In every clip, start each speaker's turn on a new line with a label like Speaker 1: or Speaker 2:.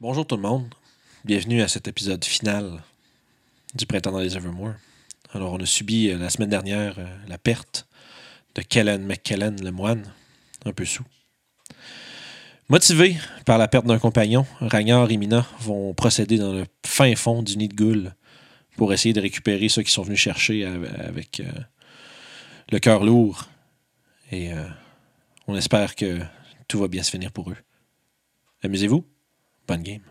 Speaker 1: Bonjour tout le monde. Bienvenue à cet épisode final du Printemps dans les Evermore. Alors, on a subi euh, la semaine dernière euh, la perte de Kellen McKellen, le moine, un peu sous. Motivés par la perte d'un compagnon, Ragnar et Mina vont procéder dans le fin fond du nid de Ghoul pour essayer de récupérer ceux qui sont venus chercher av- avec euh, le cœur lourd. Et euh, on espère que tout va bien se finir pour eux. Amusez-vous. Bonne game.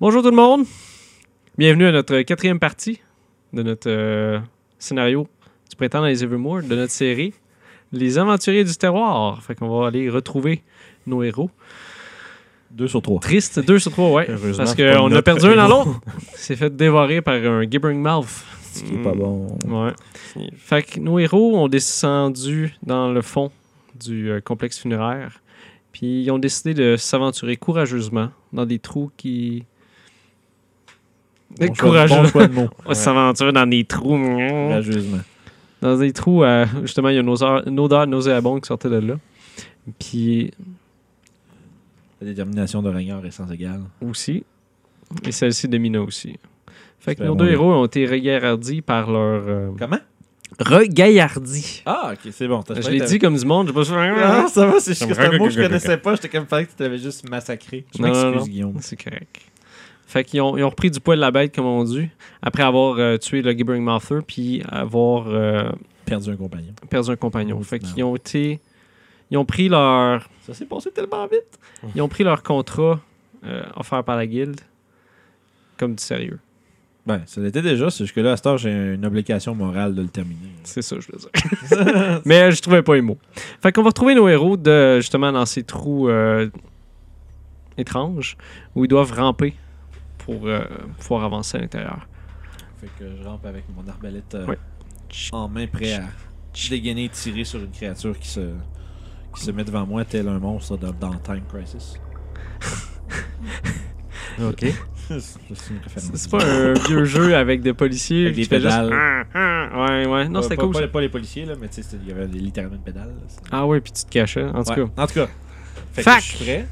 Speaker 2: Bonjour tout le monde. Bienvenue à notre quatrième partie de notre euh, scénario du printemps dans les Evermore, de notre série Les Aventuriers du Terroir. Fait qu'on va aller retrouver nos héros.
Speaker 3: Deux sur trois.
Speaker 2: Triste, deux sur trois, ouais.
Speaker 3: Heureusement,
Speaker 2: Parce
Speaker 3: c'est pas
Speaker 2: qu'on a
Speaker 3: notre
Speaker 2: perdu un dans
Speaker 3: héros.
Speaker 2: l'autre. s'est fait dévorer par un gibbering Mm. mouth.
Speaker 3: Ce qui est pas bon.
Speaker 2: Ouais. Fait que nos héros ont descendu dans le fond du euh, complexe funéraire. Puis ils ont décidé de s'aventurer courageusement dans des trous qui.
Speaker 3: Bon choix- Bon choix de mots.
Speaker 2: On s'aventure dans des trous.
Speaker 3: Courageusement.
Speaker 2: Dans des trous, euh, justement, il y a une odeur, une odeur nauséabonde qui sortait de là. Puis
Speaker 3: La détermination de Ragnar est sans égale.
Speaker 2: aussi. Et celle-ci de Mina aussi. Fait que
Speaker 3: C'est
Speaker 2: nos
Speaker 3: bon.
Speaker 2: deux héros ont été regaillardis par leur. euh,
Speaker 3: Comment?
Speaker 2: Regaillardis.
Speaker 3: Ah, ok, c'est bon.
Speaker 2: Je l'ai dit comme du monde, j'ai pas
Speaker 3: Ah, ça va, c'est
Speaker 2: Ça me
Speaker 3: juste que c'est un
Speaker 2: raconte
Speaker 3: mot que je
Speaker 2: quelque
Speaker 3: connaissais pas. J'étais comme fait que tu t'avais juste massacré. Je
Speaker 2: Non, non, non.
Speaker 3: m'excuse, Guillaume.
Speaker 2: C'est correct. Fait qu'ils ont, ils ont repris du poil de la bête, comme on dit, après avoir euh, tué le Gibbering Mouther, puis avoir euh,
Speaker 3: Perdu un compagnon.
Speaker 2: perdu un compagnon. Fait
Speaker 3: Non.
Speaker 2: qu'ils ont été. Ils ont pris leur.
Speaker 3: Ça s'est passé tellement vite.
Speaker 2: Ils ont pris leur contrat euh, offert par la guilde comme du sérieux.
Speaker 3: Ben, ça l'était déjà. C'est jusque-là, à cette heure, j'ai une obligation morale de le terminer.
Speaker 2: C'est ça, je veux dire. Mais euh, je trouvais pas les mots. Fait qu'on va retrouver nos héros de, justement dans ces trous euh, étranges où ils doivent ramper pour euh, pouvoir avancer à l'intérieur.
Speaker 3: Fait que je rampe avec mon arbalète euh,
Speaker 2: Ouais.
Speaker 3: en main, prêt à dégainer et tirer sur une créature qui se, qui se met devant moi, tel un monstre dans, dans Time Crisis.
Speaker 2: OK.
Speaker 3: c'est c'est une référence.
Speaker 2: C'est c'est pas un vieux jeu avec des policiers
Speaker 3: Avec
Speaker 2: qui
Speaker 3: des
Speaker 2: fait juste-
Speaker 3: pédales.
Speaker 2: Ah, ah, Ouais, ouais. Non,
Speaker 3: Pas-
Speaker 2: c'était
Speaker 3: pas-
Speaker 2: cool.
Speaker 3: Pas,
Speaker 2: ça.
Speaker 3: pas les policiers, là, mais tu sais, c'était- il y avait littéralement une pédale. là, c'est-
Speaker 2: Ah ouais, puis tu te cachais. En tout
Speaker 3: Ouais.
Speaker 2: cas,
Speaker 3: En tout cas. Fait
Speaker 2: Fac!
Speaker 3: que je suis prêt.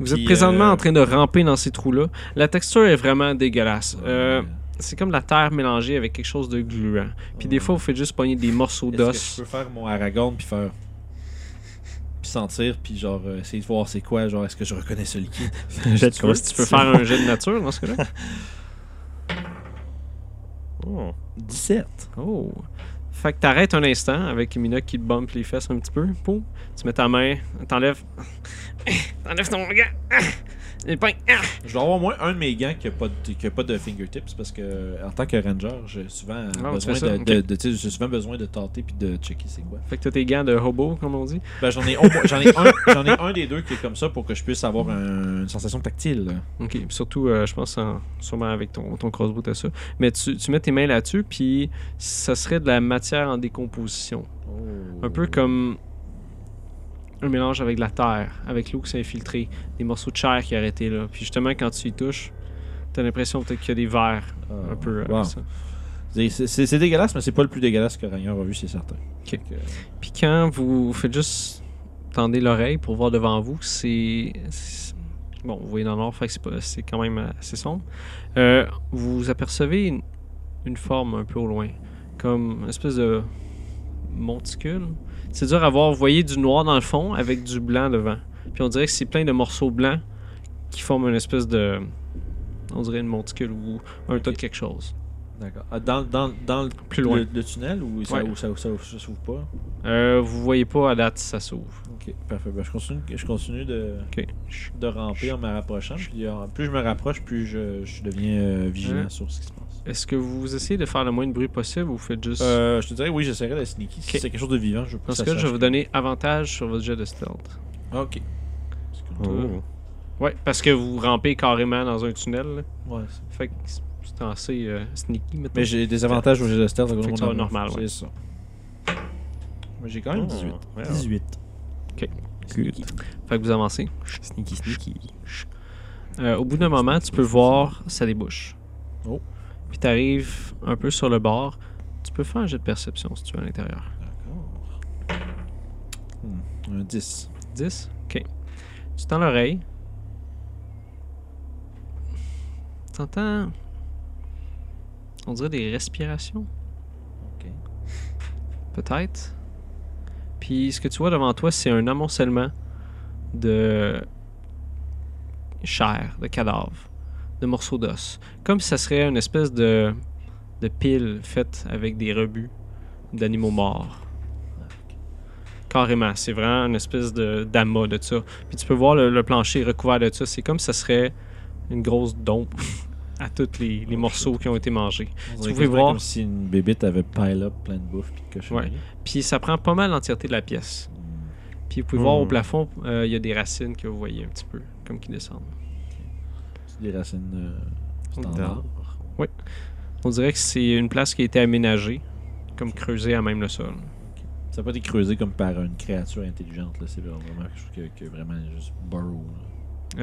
Speaker 2: vous êtes
Speaker 3: Puis,
Speaker 2: présentement
Speaker 3: euh,
Speaker 2: en train de ramper dans ces trous-là. La texture est vraiment dégueulasse. Euh,
Speaker 3: Euh,
Speaker 2: c'est comme la terre mélangée avec quelque chose de gluant. Puis des
Speaker 3: Ouais.
Speaker 2: fois, vous faites juste pogner des morceaux
Speaker 3: Est-ce que je
Speaker 2: d'os.
Speaker 3: peux faire mon Aragorn puis faire. Puis sentir, puis genre euh, essayer de voir c'est quoi, genre est-ce que je reconnais ce liquide.
Speaker 2: Je sais pas si tu peux faire un jet de nature dans ce cas-là.
Speaker 3: 17.
Speaker 2: Oh. Fait que t'arrêtes un instant avec Mina qui te bump les fesses un petit peu. Poum. Tu mets ta main, t'enlèves. T'enlèves ton gant. Ah. Les pains. Ah.
Speaker 3: Je dois avoir au moins un de mes gants qui a pas de, qui a pas de fingertips parce que en tant que ranger, j'ai souvent, euh,
Speaker 2: Ah, tu
Speaker 3: besoin
Speaker 2: fais ça?
Speaker 3: de,
Speaker 2: Ok.
Speaker 3: de- de- tu sais, j'ai souvent besoin de tenter puis de checker c'est quoi.
Speaker 2: Fait que t'as tes gants de hobo, comme on dit.
Speaker 3: Ben, j'en ai, au moins- j'en ai, un, j'en ai un des deux qui est comme ça pour que je puisse avoir un- une sensation tactile. là.
Speaker 2: Ok, puis surtout, euh, je pense, en- sûrement avec ton, ton crossbow, t'as ça. Mais tu, tu mets tes mains là-dessus, puis ça serait de la matière en décomposition. Un peu comme un mélange avec de la terre, avec l'eau qui s'est infiltrée, des morceaux de chair qui auraient été là. Puis justement, quand tu y touches, t'as l'impression peut-être qu'il y a des vers
Speaker 3: Ah,
Speaker 2: un peu. euh,
Speaker 3: wow.
Speaker 2: ça.
Speaker 3: C'est- C'est c'est dégueulasse, mais c'est pas le plus dégueulasse que Ragnar a vu, c'est certain. euh,
Speaker 2: Ok. Puis quand vous faites juste tendez l'oreille pour voir devant vous, c'est c'est- bon, vous voyez dans l'or, fait que c'est pas- c'est quand même assez sombre. Euh, vous apercevez une, une forme un peu au loin, comme une espèce de monticule. C'est dur à voir. Vous voyez du noir dans le fond avec du blanc devant. Puis on dirait que c'est plein de morceaux blancs qui forment une espèce de on dirait une monticule ou un tas de quelque chose.
Speaker 3: D'accord. Ah, Dans, dans, dans le,
Speaker 2: Plus loin.
Speaker 3: le- le tunnel ou ça,
Speaker 2: Ouais.
Speaker 3: ou ça, ou ça, ou ça s'ouvre pas
Speaker 2: Euh, vous voyez pas à date si ça s'ouvre.
Speaker 3: Ok, parfait. Ben, je continue, je continue de,
Speaker 2: Ok.
Speaker 3: de ramper en me rapprochant. Puis, euh, plus je me rapproche, plus je, je deviens euh, vigilant
Speaker 2: Hein?
Speaker 3: sur ce qui se passe.
Speaker 2: Est-ce que vous essayez de faire le moins de bruit possible ou vous faites juste.
Speaker 3: Euh, je te dirais, oui, j'essaierai de sneaky. Si
Speaker 2: Ok.
Speaker 3: c'est quelque chose de vivant, je veux pas
Speaker 2: Dans
Speaker 3: que
Speaker 2: ce
Speaker 3: ça
Speaker 2: cas, je vais
Speaker 3: sache
Speaker 2: vous donner avantage sur votre jet de stealth.
Speaker 3: que- Ok. C'est
Speaker 2: Oh.
Speaker 3: comme toi.
Speaker 2: Ouais, parce que vous rampez carrément dans un tunnel. là.
Speaker 3: Ouais, c'est-
Speaker 2: Fait que c'est assez euh, sneaky maintenant.
Speaker 3: Mais j'ai des avantages au jeu de stealth. à cause de
Speaker 2: Fait que
Speaker 3: mon
Speaker 2: ça va
Speaker 3: armure.
Speaker 2: normal, ouais.
Speaker 3: C'est ça. Mais j'ai quand même 18. 18.
Speaker 2: Ok.
Speaker 3: Sneaky.
Speaker 2: Fait que vous avancez.
Speaker 3: Sneaky, sneaky.
Speaker 2: Euh, au bout d'un moment, tu peux voir, ça débouche.
Speaker 3: Oh.
Speaker 2: Puis t'arrives un peu sur le bord. Tu peux faire un jet de perception si tu veux à l'intérieur.
Speaker 3: D'accord. Hmm, Un 10.
Speaker 2: 10? Ok. Tu tends l'oreille. T'entends On dirait des respirations.
Speaker 3: Ok.
Speaker 2: Peut-être. Puis ce que tu vois devant toi, c'est un amoncellement de chair, de cadavres, de morceaux d'os. Comme si ça serait une espèce de, de pile faite avec des rebuts d'animaux morts. Carrément, c'est vraiment une espèce de d'amas de ça. Puis tu peux voir le, le plancher recouvert de ça. C'est comme si ça serait une grosse dompe à tous les, les
Speaker 3: Oh,
Speaker 2: morceaux qui ont été mangés.
Speaker 3: On
Speaker 2: pouvez
Speaker 3: dirait quasiment
Speaker 2: voir-
Speaker 3: comme si une bébite avait pile up plein de bouffe puis de cochonneries.
Speaker 2: Puis ça prend pas mal l'entièreté de la pièce.
Speaker 3: Hmm.
Speaker 2: Puis vous pouvez voir au
Speaker 1: Hmm.
Speaker 2: plafond, euh, il y a des racines que vous voyez un petit peu, comme qui descendent.
Speaker 3: C'est des racines euh, standards.
Speaker 2: On dirait que c'est une place qui a été aménagée, comme creusée à même le sol.
Speaker 3: Ça n'a pas été creusé comme par une créature intelligente. là. C'est vraiment quelque chose que, que vraiment juste burrow. là.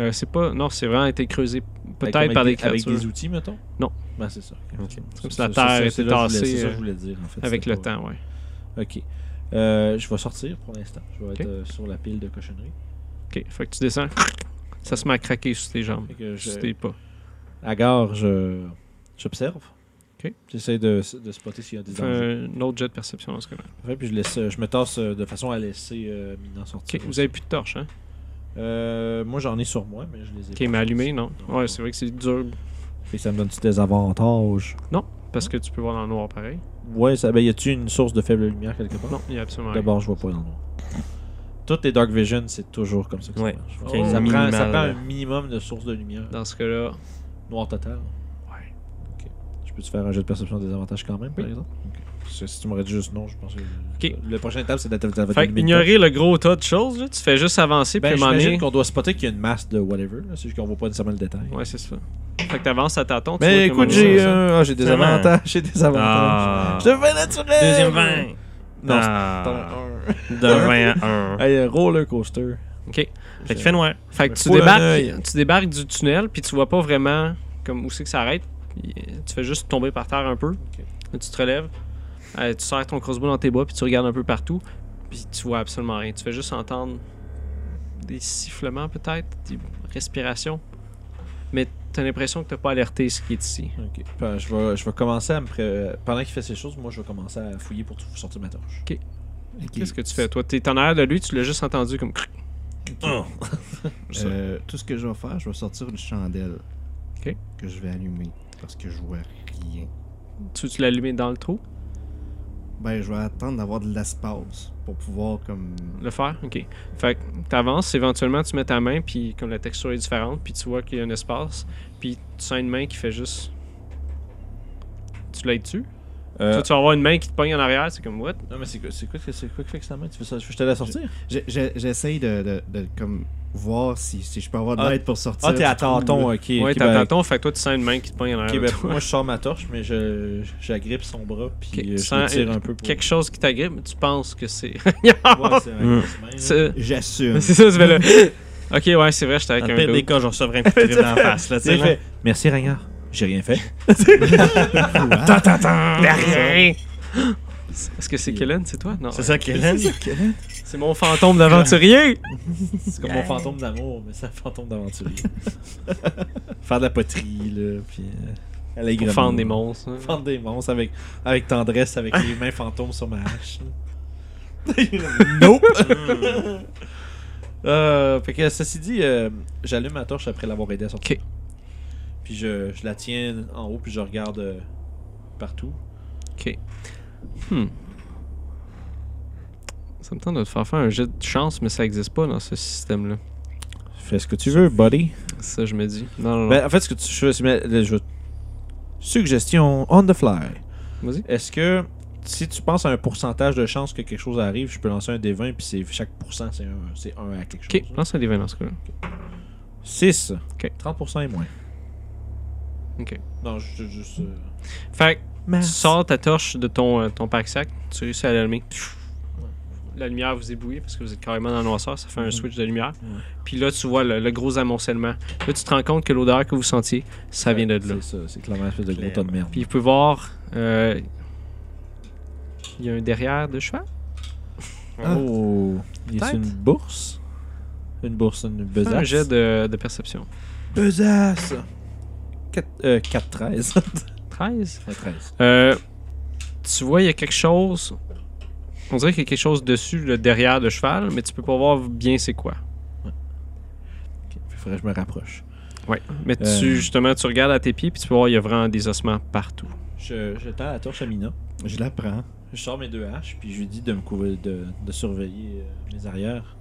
Speaker 2: Euh, c'est pas, non, c'est vraiment été creusé
Speaker 3: Avec-
Speaker 2: peut-être
Speaker 3: comme
Speaker 2: par des
Speaker 3: avec-
Speaker 2: créatures.
Speaker 3: Avec des outils, mettons
Speaker 2: Non.
Speaker 3: Ben, c'est ça.
Speaker 2: Ok.
Speaker 3: C'est
Speaker 2: Comme si
Speaker 3: ça-
Speaker 2: la
Speaker 3: ça-
Speaker 2: terre
Speaker 3: ça-
Speaker 2: était
Speaker 3: c'est là que je voulais-
Speaker 2: tassée,
Speaker 3: C'est ça que
Speaker 2: euh,
Speaker 3: je voulais dire, en fait.
Speaker 2: avec
Speaker 3: c'est
Speaker 2: le
Speaker 3: pas-
Speaker 2: temps, ouais.
Speaker 3: Ok. Euh, je vais sortir pour l'instant. Je vais
Speaker 2: Ok.
Speaker 3: être euh, sur la pile de cochonneries.
Speaker 2: Ok, fait que tu descends, ça se met à craquer sous tes jambes,
Speaker 3: Fait que je-
Speaker 2: sous tes pas.
Speaker 3: À gare, je- j'observe.
Speaker 2: Ok.
Speaker 3: J'essaie de, de spotter s'il y a des
Speaker 2: Fais
Speaker 3: dangers.
Speaker 2: un autre jet de perception dans ce cas-là.
Speaker 3: Ouais, puis je, laisse, euh, je me tasse euh, de façon à laisser euh, Mina sortir.
Speaker 2: Ok, vous avez plus de torche, hein?
Speaker 3: Euh, moi, j'en ai sur moi, mais je les ai
Speaker 2: Ok,
Speaker 3: pas.
Speaker 2: mais allumé, non?
Speaker 3: Non, non.
Speaker 2: Ouais, c'est vrai que c'est dur,
Speaker 3: Fait que ça me donne-tu des avantages?
Speaker 2: parce que tu peux voir dans le noir pareil.
Speaker 3: Ouais, ça, ben, y a-tu une source de faible lumière quelque part?
Speaker 2: Non, il y a absolument rien.
Speaker 3: D'abord, je vois pas dans le noir. Toutes les Dark Vision, c'est toujours comme ça que ça
Speaker 4: Ouais.
Speaker 3: marche.
Speaker 4: Ok,
Speaker 3: ça, prend,
Speaker 4: minimal,
Speaker 3: ça prend
Speaker 4: euh.
Speaker 3: un minimum de source de lumière.
Speaker 2: Dans ce cas-là,
Speaker 3: Noir total.
Speaker 2: ouais.
Speaker 3: Je peux-tu faire un jeu de perception des avantages quand même, par
Speaker 2: Oui.
Speaker 3: exemple? Ok. Parce que Si tu m'aurais dit juste non, je pense que...
Speaker 2: Ok.
Speaker 3: Le prochain étape, c'est d'être d'être-
Speaker 2: Fait
Speaker 3: d'être-
Speaker 2: ignorer le gros tas de choses, là, tu fais juste avancer, puis à
Speaker 3: Ben,
Speaker 2: un moment
Speaker 3: j'imagine
Speaker 2: donné-
Speaker 3: qu'on doit spotter qu'il y a une masse de whatever. là, C'est juste qu'on voit pas nécessairement le détail.
Speaker 2: Ouais, c'est ça. Fait que t'avances à tâtons. tu
Speaker 3: Mais
Speaker 2: vois comment
Speaker 3: écoute, j'ai
Speaker 2: ça, ça.
Speaker 3: un- ah, j'ai des
Speaker 4: Vraiment.
Speaker 3: avantages, j'ai des avantages.
Speaker 4: Ah.
Speaker 3: Je vais naturel!
Speaker 4: Deuxième 20.
Speaker 3: Non, c'est
Speaker 4: ah.
Speaker 3: un
Speaker 4: De 20 à 1.
Speaker 3: Hey, euh, roller coaster.
Speaker 2: OK.
Speaker 4: Fait qu'il fait noir.
Speaker 2: Fait que
Speaker 3: me
Speaker 2: tu
Speaker 3: fous un œil.
Speaker 2: débarques, tu débarques du tunnel, puis tu vois pas vraiment comme où c'est que ça arrête. Puis, euh, Tu fais juste tomber par terre un peu. Là, Tu te relèves, euh, tu serres ton crossbow dans tes bras, puis tu regardes un peu partout, puis tu vois absolument rien. Tu fais juste entendre des sifflements, peut-être, des respirations. Mais t'as l'impression que t'as pas alerté ce qui est ici.
Speaker 3: Ok. Ben, je, vais, je vais commencer à me. pré- Pendant qu'il fait ces choses, moi, je vais commencer à fouiller pour tout- sortir ma torche.
Speaker 2: Ok. Qu'est-ce que tu fais? Toi, t'es en arrière de lui, tu l'as juste entendu comme... cric.
Speaker 4: Oh.
Speaker 2: Ça.
Speaker 5: Euh, tout ce que je vais faire, je vais sortir une chandelle
Speaker 2: Ok.
Speaker 5: que je vais allumer parce que je vois rien.
Speaker 2: Tu, tu l'as allumé dans le trou?
Speaker 5: Ben, je vais attendre d'avoir de l'espace pour pouvoir comme
Speaker 2: Le faire? Ok. Fait que t'avances, éventuellement tu mets ta main, puis comme la texture est différente, puis tu vois qu'il y a un espace, puis tu sens une main qui fait juste. Tu l'as dessus?
Speaker 3: Euh,
Speaker 2: Toi, tu vas avoir une main qui te pogne en arrière, c'est comme what?
Speaker 3: Non, mais c'est quoi, c'est quoi, que- c'est quoi que fait que ça main Tu veux ça Je te la sortir
Speaker 5: J'ai- j'ai- J'essaye de, de, de, comme voir si, si je peux avoir de
Speaker 3: Ah,
Speaker 5: l'aide pour sortir.
Speaker 3: Ah, t'es à
Speaker 5: du trou,
Speaker 3: tâton,
Speaker 5: là.
Speaker 3: ok.
Speaker 2: ouais,
Speaker 3: ok,
Speaker 2: t'as
Speaker 3: ben,
Speaker 2: tâton, fait que toi tu sens une main qui te pogne en
Speaker 3: ok,
Speaker 2: arrière.
Speaker 3: ben,
Speaker 2: de toi.
Speaker 3: moi, je sors ma torche, mais je, j'agrippe son bras, puis
Speaker 2: Ok,
Speaker 3: euh,
Speaker 2: tu
Speaker 3: je
Speaker 2: sens,
Speaker 3: le tire
Speaker 2: euh,
Speaker 3: un peu. Pour...
Speaker 2: Quelque chose qui t'agrippe, mais tu penses que c'est.
Speaker 3: Ouais, c'est
Speaker 4: Mm.
Speaker 3: vrai.
Speaker 2: c'est
Speaker 3: Mm.
Speaker 5: J'assume.
Speaker 2: c'est ça, tu fais le. Ok, ouais, c'est vrai, j'étais
Speaker 4: Dans
Speaker 2: avec
Speaker 4: le
Speaker 2: un
Speaker 4: pire des
Speaker 2: doute.
Speaker 4: cas, je recevrai un coup de trip dans la face. Là, tu sais,
Speaker 3: C'est
Speaker 4: là.
Speaker 3: fait. Merci, Ragnar. J'ai rien fait.
Speaker 2: Est-ce que c'est Kellen, c'est toi? Non.
Speaker 4: C'est ça, Kellen.
Speaker 2: C'est mon fantôme d'aventurier!
Speaker 3: C'est comme mon fantôme d'amour, mais c'est un fantôme d'aventurier. Faire de la poterie, là, puis. euh,
Speaker 2: Pour
Speaker 3: allègrement.
Speaker 2: fendre des monstres. hein.
Speaker 3: Fendre des monstres avec, avec tendresse, avec les mains fantômes sur ma hache. Euh, fait que ceci dit, euh, j'allume ma torche après l'avoir aidé à sortir.
Speaker 2: Ok.
Speaker 3: Puis je, je la tiens en haut, puis je regarde euh, partout.
Speaker 2: Ok. Hmm. Ça me tente de te faire faire un jet de chance, mais ça n'existe pas dans ce système-là.
Speaker 3: Fais ce que tu veux, buddy.
Speaker 2: Ça, je me dis. Non, non, non.
Speaker 3: Ben, en fait, ce que tu je- mais, là, je- Suggestion on the fly.
Speaker 2: Vas-y.
Speaker 3: Est-ce que si tu penses à un pourcentage de chance que quelque chose arrive, je peux lancer un D20 puis c'est chaque pourcent c'est un, c'est un à quelque
Speaker 2: Ok,
Speaker 3: chose.
Speaker 2: lance un des 20 dans ce cas-là.
Speaker 3: 6.
Speaker 2: Ok.
Speaker 3: 30% et moins.
Speaker 2: Ok.
Speaker 3: Non, je je- juste euh,
Speaker 2: Fait que tu sors ta torche de ton, euh, ton pack-sac, tu réussis à l'allumer. La lumière vous éblouit parce que vous êtes carrément dans la noirceur, ça fait un switch de lumière.
Speaker 3: Ouais.
Speaker 2: Puis là, tu vois le, le gros amoncellement. Là, tu te rends compte que l'odeur que vous sentiez, ça vient de là.
Speaker 3: C'est ça, c'est clairement une espèce de gros tas de
Speaker 4: Clairement.
Speaker 3: merde.
Speaker 2: Puis vous pouvez voir, euh, il y a un derrière de cheval.
Speaker 3: Oh, y a
Speaker 2: Peut-être.
Speaker 3: une bourse Une bourse, une
Speaker 2: Fais Un
Speaker 3: besace.
Speaker 2: jet de, de perception.
Speaker 3: Besace 4, euh, 4 13.
Speaker 2: 13.
Speaker 3: Ouais, 13.
Speaker 2: Euh, tu vois, il y a quelque chose. On dirait qu'il y a quelque chose dessus, le derrière le cheval, mais tu peux pas voir bien c'est quoi.
Speaker 3: Il faudrait que je me rapproche.
Speaker 2: Ouais. Mais tu,
Speaker 3: Euh.
Speaker 2: justement, tu regardes à tes pieds, puis tu peux voir, il y a vraiment des ossements partout.
Speaker 3: Je, je tends la torche à Mina.
Speaker 5: Je la prends.
Speaker 3: Je sors mes deux haches, puis je lui dis de me couvrir, de, de surveiller euh, mes arrières.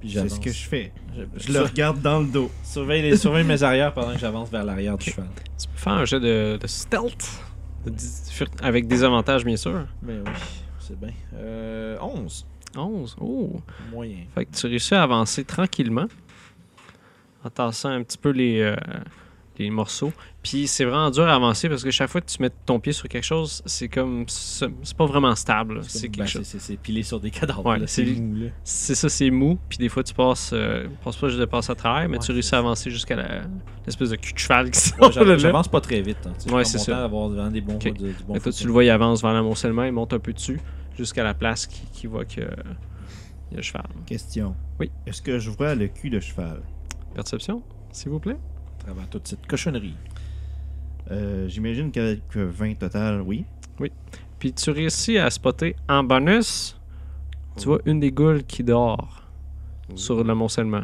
Speaker 3: Puis
Speaker 5: C'est
Speaker 3: j'avance.
Speaker 5: ce que je fais.
Speaker 3: Je,
Speaker 5: Je le regarde dans le dos.
Speaker 3: surveille, les, surveille mes arrières pendant que j'avance vers l'arrière du cheval.
Speaker 2: Tu peux faire un jet de, de stealth. de dis- fur- Avec des avantages, bien sûr.
Speaker 3: Mais Ben oui, c'est bien. Euh, 11.
Speaker 2: 11. Oh.
Speaker 3: Moyen.
Speaker 2: Fait que tu réussis à avancer tranquillement en tassant un petit peu les, euh, les morceaux. Puis c'est vraiment dur à avancer parce que chaque fois que tu mets ton pied sur quelque chose, c'est comme. C'est c'est pas vraiment stable. là. C'est
Speaker 3: comme-
Speaker 2: quelque
Speaker 3: ben,
Speaker 2: chose.
Speaker 3: c'est- C'est pilé sur des cadavres.
Speaker 2: Ouais,
Speaker 3: là,
Speaker 2: c'est-
Speaker 3: mou, là.
Speaker 2: C'est ça, c'est mou. Puis des fois, tu passes. euh, passes pas juste de passer à travers, mais
Speaker 3: Ouais,
Speaker 2: tu réussis
Speaker 3: c'est
Speaker 2: à avancer jusqu'à la- l'espèce de cul de cheval qui sort de
Speaker 3: Ouais,
Speaker 2: Oh là.
Speaker 3: j'avance- J'avance pas très vite. Hein, tu sais, je
Speaker 2: Ouais,
Speaker 3: prends
Speaker 2: c'est
Speaker 3: mon
Speaker 2: ça.
Speaker 3: temps à avoir vraiment des bons,
Speaker 2: Ok.
Speaker 3: du du bon
Speaker 2: Fait que toi, tu
Speaker 3: footing.
Speaker 2: le vois, il avance vers l'amoncellement, il monte un peu dessus jusqu'à la place qui, qui voit que. euh, Il y a le cheval.
Speaker 5: Question.
Speaker 2: Oui.
Speaker 5: Est-ce que je vois le cul de cheval
Speaker 2: Perception, s'il vous plaît.
Speaker 3: À travers toute cette cochonnerie.
Speaker 5: Euh, J'imagine qu'avec euh, 20 total, oui.
Speaker 2: Puis tu réussis à spotter en bonus. Tu vois une des goules qui dort sur l'amoncellement.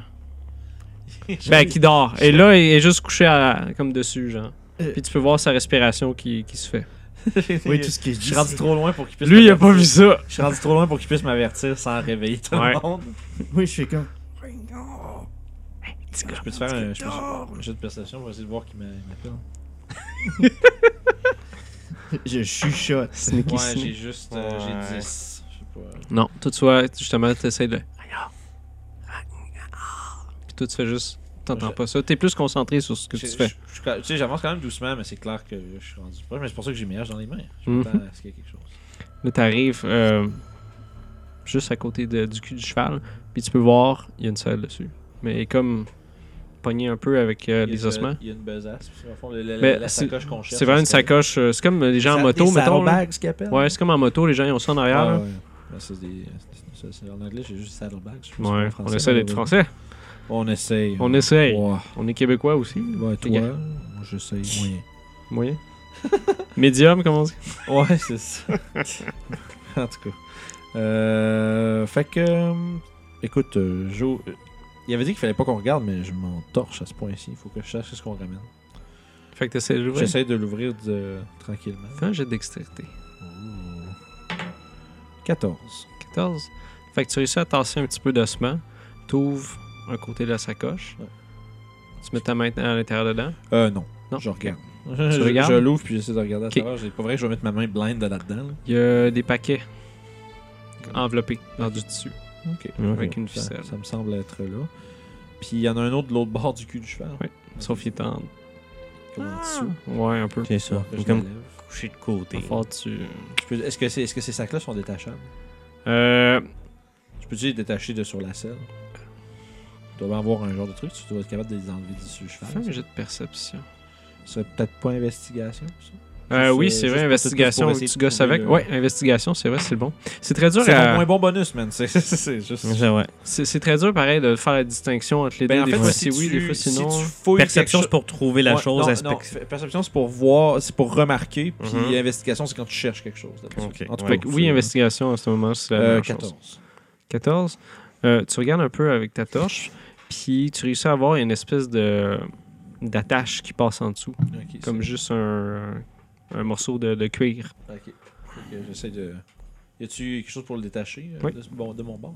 Speaker 2: ben, qui dort. Et là, elle est juste couchée à- comme dessus, genre.
Speaker 5: Euh.
Speaker 2: Puis tu peux voir sa respiration qui, qui se fait.
Speaker 5: Oui, tout ce que je
Speaker 3: Je
Speaker 5: dis.
Speaker 3: suis rendu trop loin pour qu'il puisse.
Speaker 2: Lui, il a pas
Speaker 3: m'avertir.
Speaker 2: vu ça.
Speaker 3: Je suis rendu trop loin pour qu'il puisse m'avertir sans réveiller tout
Speaker 2: Ouais.
Speaker 3: le monde.
Speaker 5: Oui, je fais comme.
Speaker 3: Je peux te faire un, je peux- un jeu de perception pour essayer de voir qui m'a- m'appelle.
Speaker 5: Je chuchote.
Speaker 2: Sneaky
Speaker 3: Ouais,
Speaker 2: sneak.
Speaker 3: j'ai juste. euh, J'ai
Speaker 4: Ouais.
Speaker 3: 10. Je sais pas.
Speaker 2: Non, toi, tu vois, justement, tu essaies de. Puis toi, tu fais juste. T'entends
Speaker 3: Je-
Speaker 2: pas ça. T'es plus concentré sur ce que
Speaker 3: Je-
Speaker 2: tu fais.
Speaker 3: je- je- Tu sais, j'avance quand même doucement, mais c'est clair que je suis rendu proche. Mais c'est pour ça que j'ai mes haches dans les mains. Je
Speaker 2: Mhm.
Speaker 3: m'attends à ce qu'il y ait quelque chose.
Speaker 2: Là, t'arrives euh, juste à côté de- du cul du cheval, puis tu peux voir, il y a une selle dessus. Mais elle est comme pognée un peu avec euh,
Speaker 3: Il y a
Speaker 2: les
Speaker 3: une-
Speaker 2: ossements.
Speaker 3: Il y a une besace. parce que, au fond, le- le-
Speaker 2: Mais
Speaker 3: la
Speaker 2: c'est-
Speaker 3: sacoche qu'on cherche.
Speaker 2: C'est vraiment une
Speaker 3: ça se cache.
Speaker 2: sacoche. euh, c'est comme les gens en
Speaker 3: Des
Speaker 2: moto, mettons. là.
Speaker 3: saddlebags, ce qu'ils appellent.
Speaker 2: Ouais, c'est hein. comme en moto, les gens ils ont ça en arrière.
Speaker 3: Ah,
Speaker 2: là.
Speaker 3: ouais. Ben, c'est des- c'est- c'est- En anglais, j'ai juste saddlebags. je sais pas
Speaker 2: Ouais,
Speaker 3: en français,
Speaker 2: on essaie
Speaker 3: mais-
Speaker 2: d'être français.
Speaker 3: On essaye.
Speaker 2: On essaye.
Speaker 3: Ouais,
Speaker 2: On est québécois aussi,
Speaker 3: Ouais, toi,
Speaker 2: gars.
Speaker 3: moi, j'essaye moyen.
Speaker 2: moyen. Médium, comment on dit
Speaker 3: Ouais, c'est ça. en tout cas. Euh, fait que. euh, Écoute, euh, Joe. euh, Il avait dit qu'il fallait pas qu'on regarde, mais je m'en torche à ce point-ci. Il faut que je sache ce qu'on ramène.
Speaker 2: Fait que t'essaies de l'ouvrir.
Speaker 3: J'essaie de l'ouvrir de- euh, tranquillement.
Speaker 2: Fais un jet de dextérité.
Speaker 3: 14.
Speaker 2: 14. Fait que tu réussis à tasser un petit peu d'ossement. T'ouvres un côté de la sacoche.
Speaker 3: Ouais.
Speaker 2: Tu mets ta main à l'intérieur dedans.
Speaker 3: Euh, non.
Speaker 2: Non.
Speaker 3: Je regarde.
Speaker 2: Tu
Speaker 3: je,
Speaker 2: regardes?
Speaker 3: je l'ouvre puis j'essaie de regarder à
Speaker 2: Ok.
Speaker 3: travers. C'est pas vrai que je vais mettre ma main blind là-dedans. là.
Speaker 2: Il y a des paquets enveloppés dans du tissu.
Speaker 3: Ok.
Speaker 2: Ouais, avec une
Speaker 3: Ça-
Speaker 2: ficelle.
Speaker 3: Ça, me semble être là. Puis il y en a un autre de l'autre bord du cul du cheval.
Speaker 2: Ouais. Sauf qu'il est en... Ah!
Speaker 3: Comme en dessous.
Speaker 2: Ouais, un peu.
Speaker 4: C'est ça.
Speaker 3: Je
Speaker 4: Comme
Speaker 3: l'enlève.
Speaker 4: couché de côté.
Speaker 2: Fort, tu...
Speaker 3: Je peux- Est-ce que, c'est- est-ce que ces sacs-là sont détachables?
Speaker 2: Euh...
Speaker 3: Je peux-tu les détacher de sur la selle? Tu dois avoir un genre de truc, tu dois être capable de les enlever d'ici le
Speaker 2: Fais un
Speaker 3: cheval.
Speaker 2: jet de perception.
Speaker 3: Ce serait peut-être pas investigation, ça?
Speaker 2: Euh,
Speaker 3: Juste, euh,
Speaker 2: oui, c'est
Speaker 3: juste
Speaker 2: vrai,
Speaker 3: pour-
Speaker 2: investigation,
Speaker 3: pour
Speaker 2: tu
Speaker 3: essayer de
Speaker 2: gosses
Speaker 3: trouver
Speaker 2: avec.
Speaker 3: le-
Speaker 2: Ouais, investigation, c'est vrai, c'est le bon. C'est très dur
Speaker 3: C'est
Speaker 2: à-
Speaker 3: mon moins bon bonus, man. C'est- C'est c'est juste...
Speaker 4: Ça, ouais.
Speaker 2: C'est c'est très dur, pareil, de faire la distinction entre les
Speaker 3: Ben,
Speaker 2: deux.
Speaker 3: en
Speaker 2: des
Speaker 3: fait,
Speaker 2: fois,
Speaker 3: si
Speaker 2: c'est oui,
Speaker 3: tu-
Speaker 2: des fois, c'est
Speaker 3: si
Speaker 2: non.
Speaker 3: tu fouilles
Speaker 4: Perception,
Speaker 3: quelque
Speaker 4: c'est pour trouver la
Speaker 3: Ouais,
Speaker 4: chose.
Speaker 3: non,
Speaker 4: aspect-
Speaker 3: non, f- perception, c'est pour voir, c'est pour remarquer, puis
Speaker 4: Mhm.
Speaker 3: investigation, c'est quand tu cherches quelque chose. d'après ça.
Speaker 4: Ok,
Speaker 3: En tout
Speaker 4: ouais.
Speaker 2: Fait
Speaker 3: cas,
Speaker 2: que oui,
Speaker 3: c'est-
Speaker 2: investigation, à ce moment c'est la
Speaker 3: Euh,
Speaker 2: meilleure chose.
Speaker 3: 14.
Speaker 2: 14. Euh, tu regardes un peu avec ta torche, puis tu réussis à avoir une espèce de d'attache qui passe en dessous,
Speaker 3: Ok,
Speaker 2: comme juste un, un morceau de, de cuir.
Speaker 3: c'est- Ok. Fait que J'essaie de... Y a-tu quelque chose pour le détacher euh,
Speaker 2: Oui.
Speaker 3: de, ce- bon, de mon bord?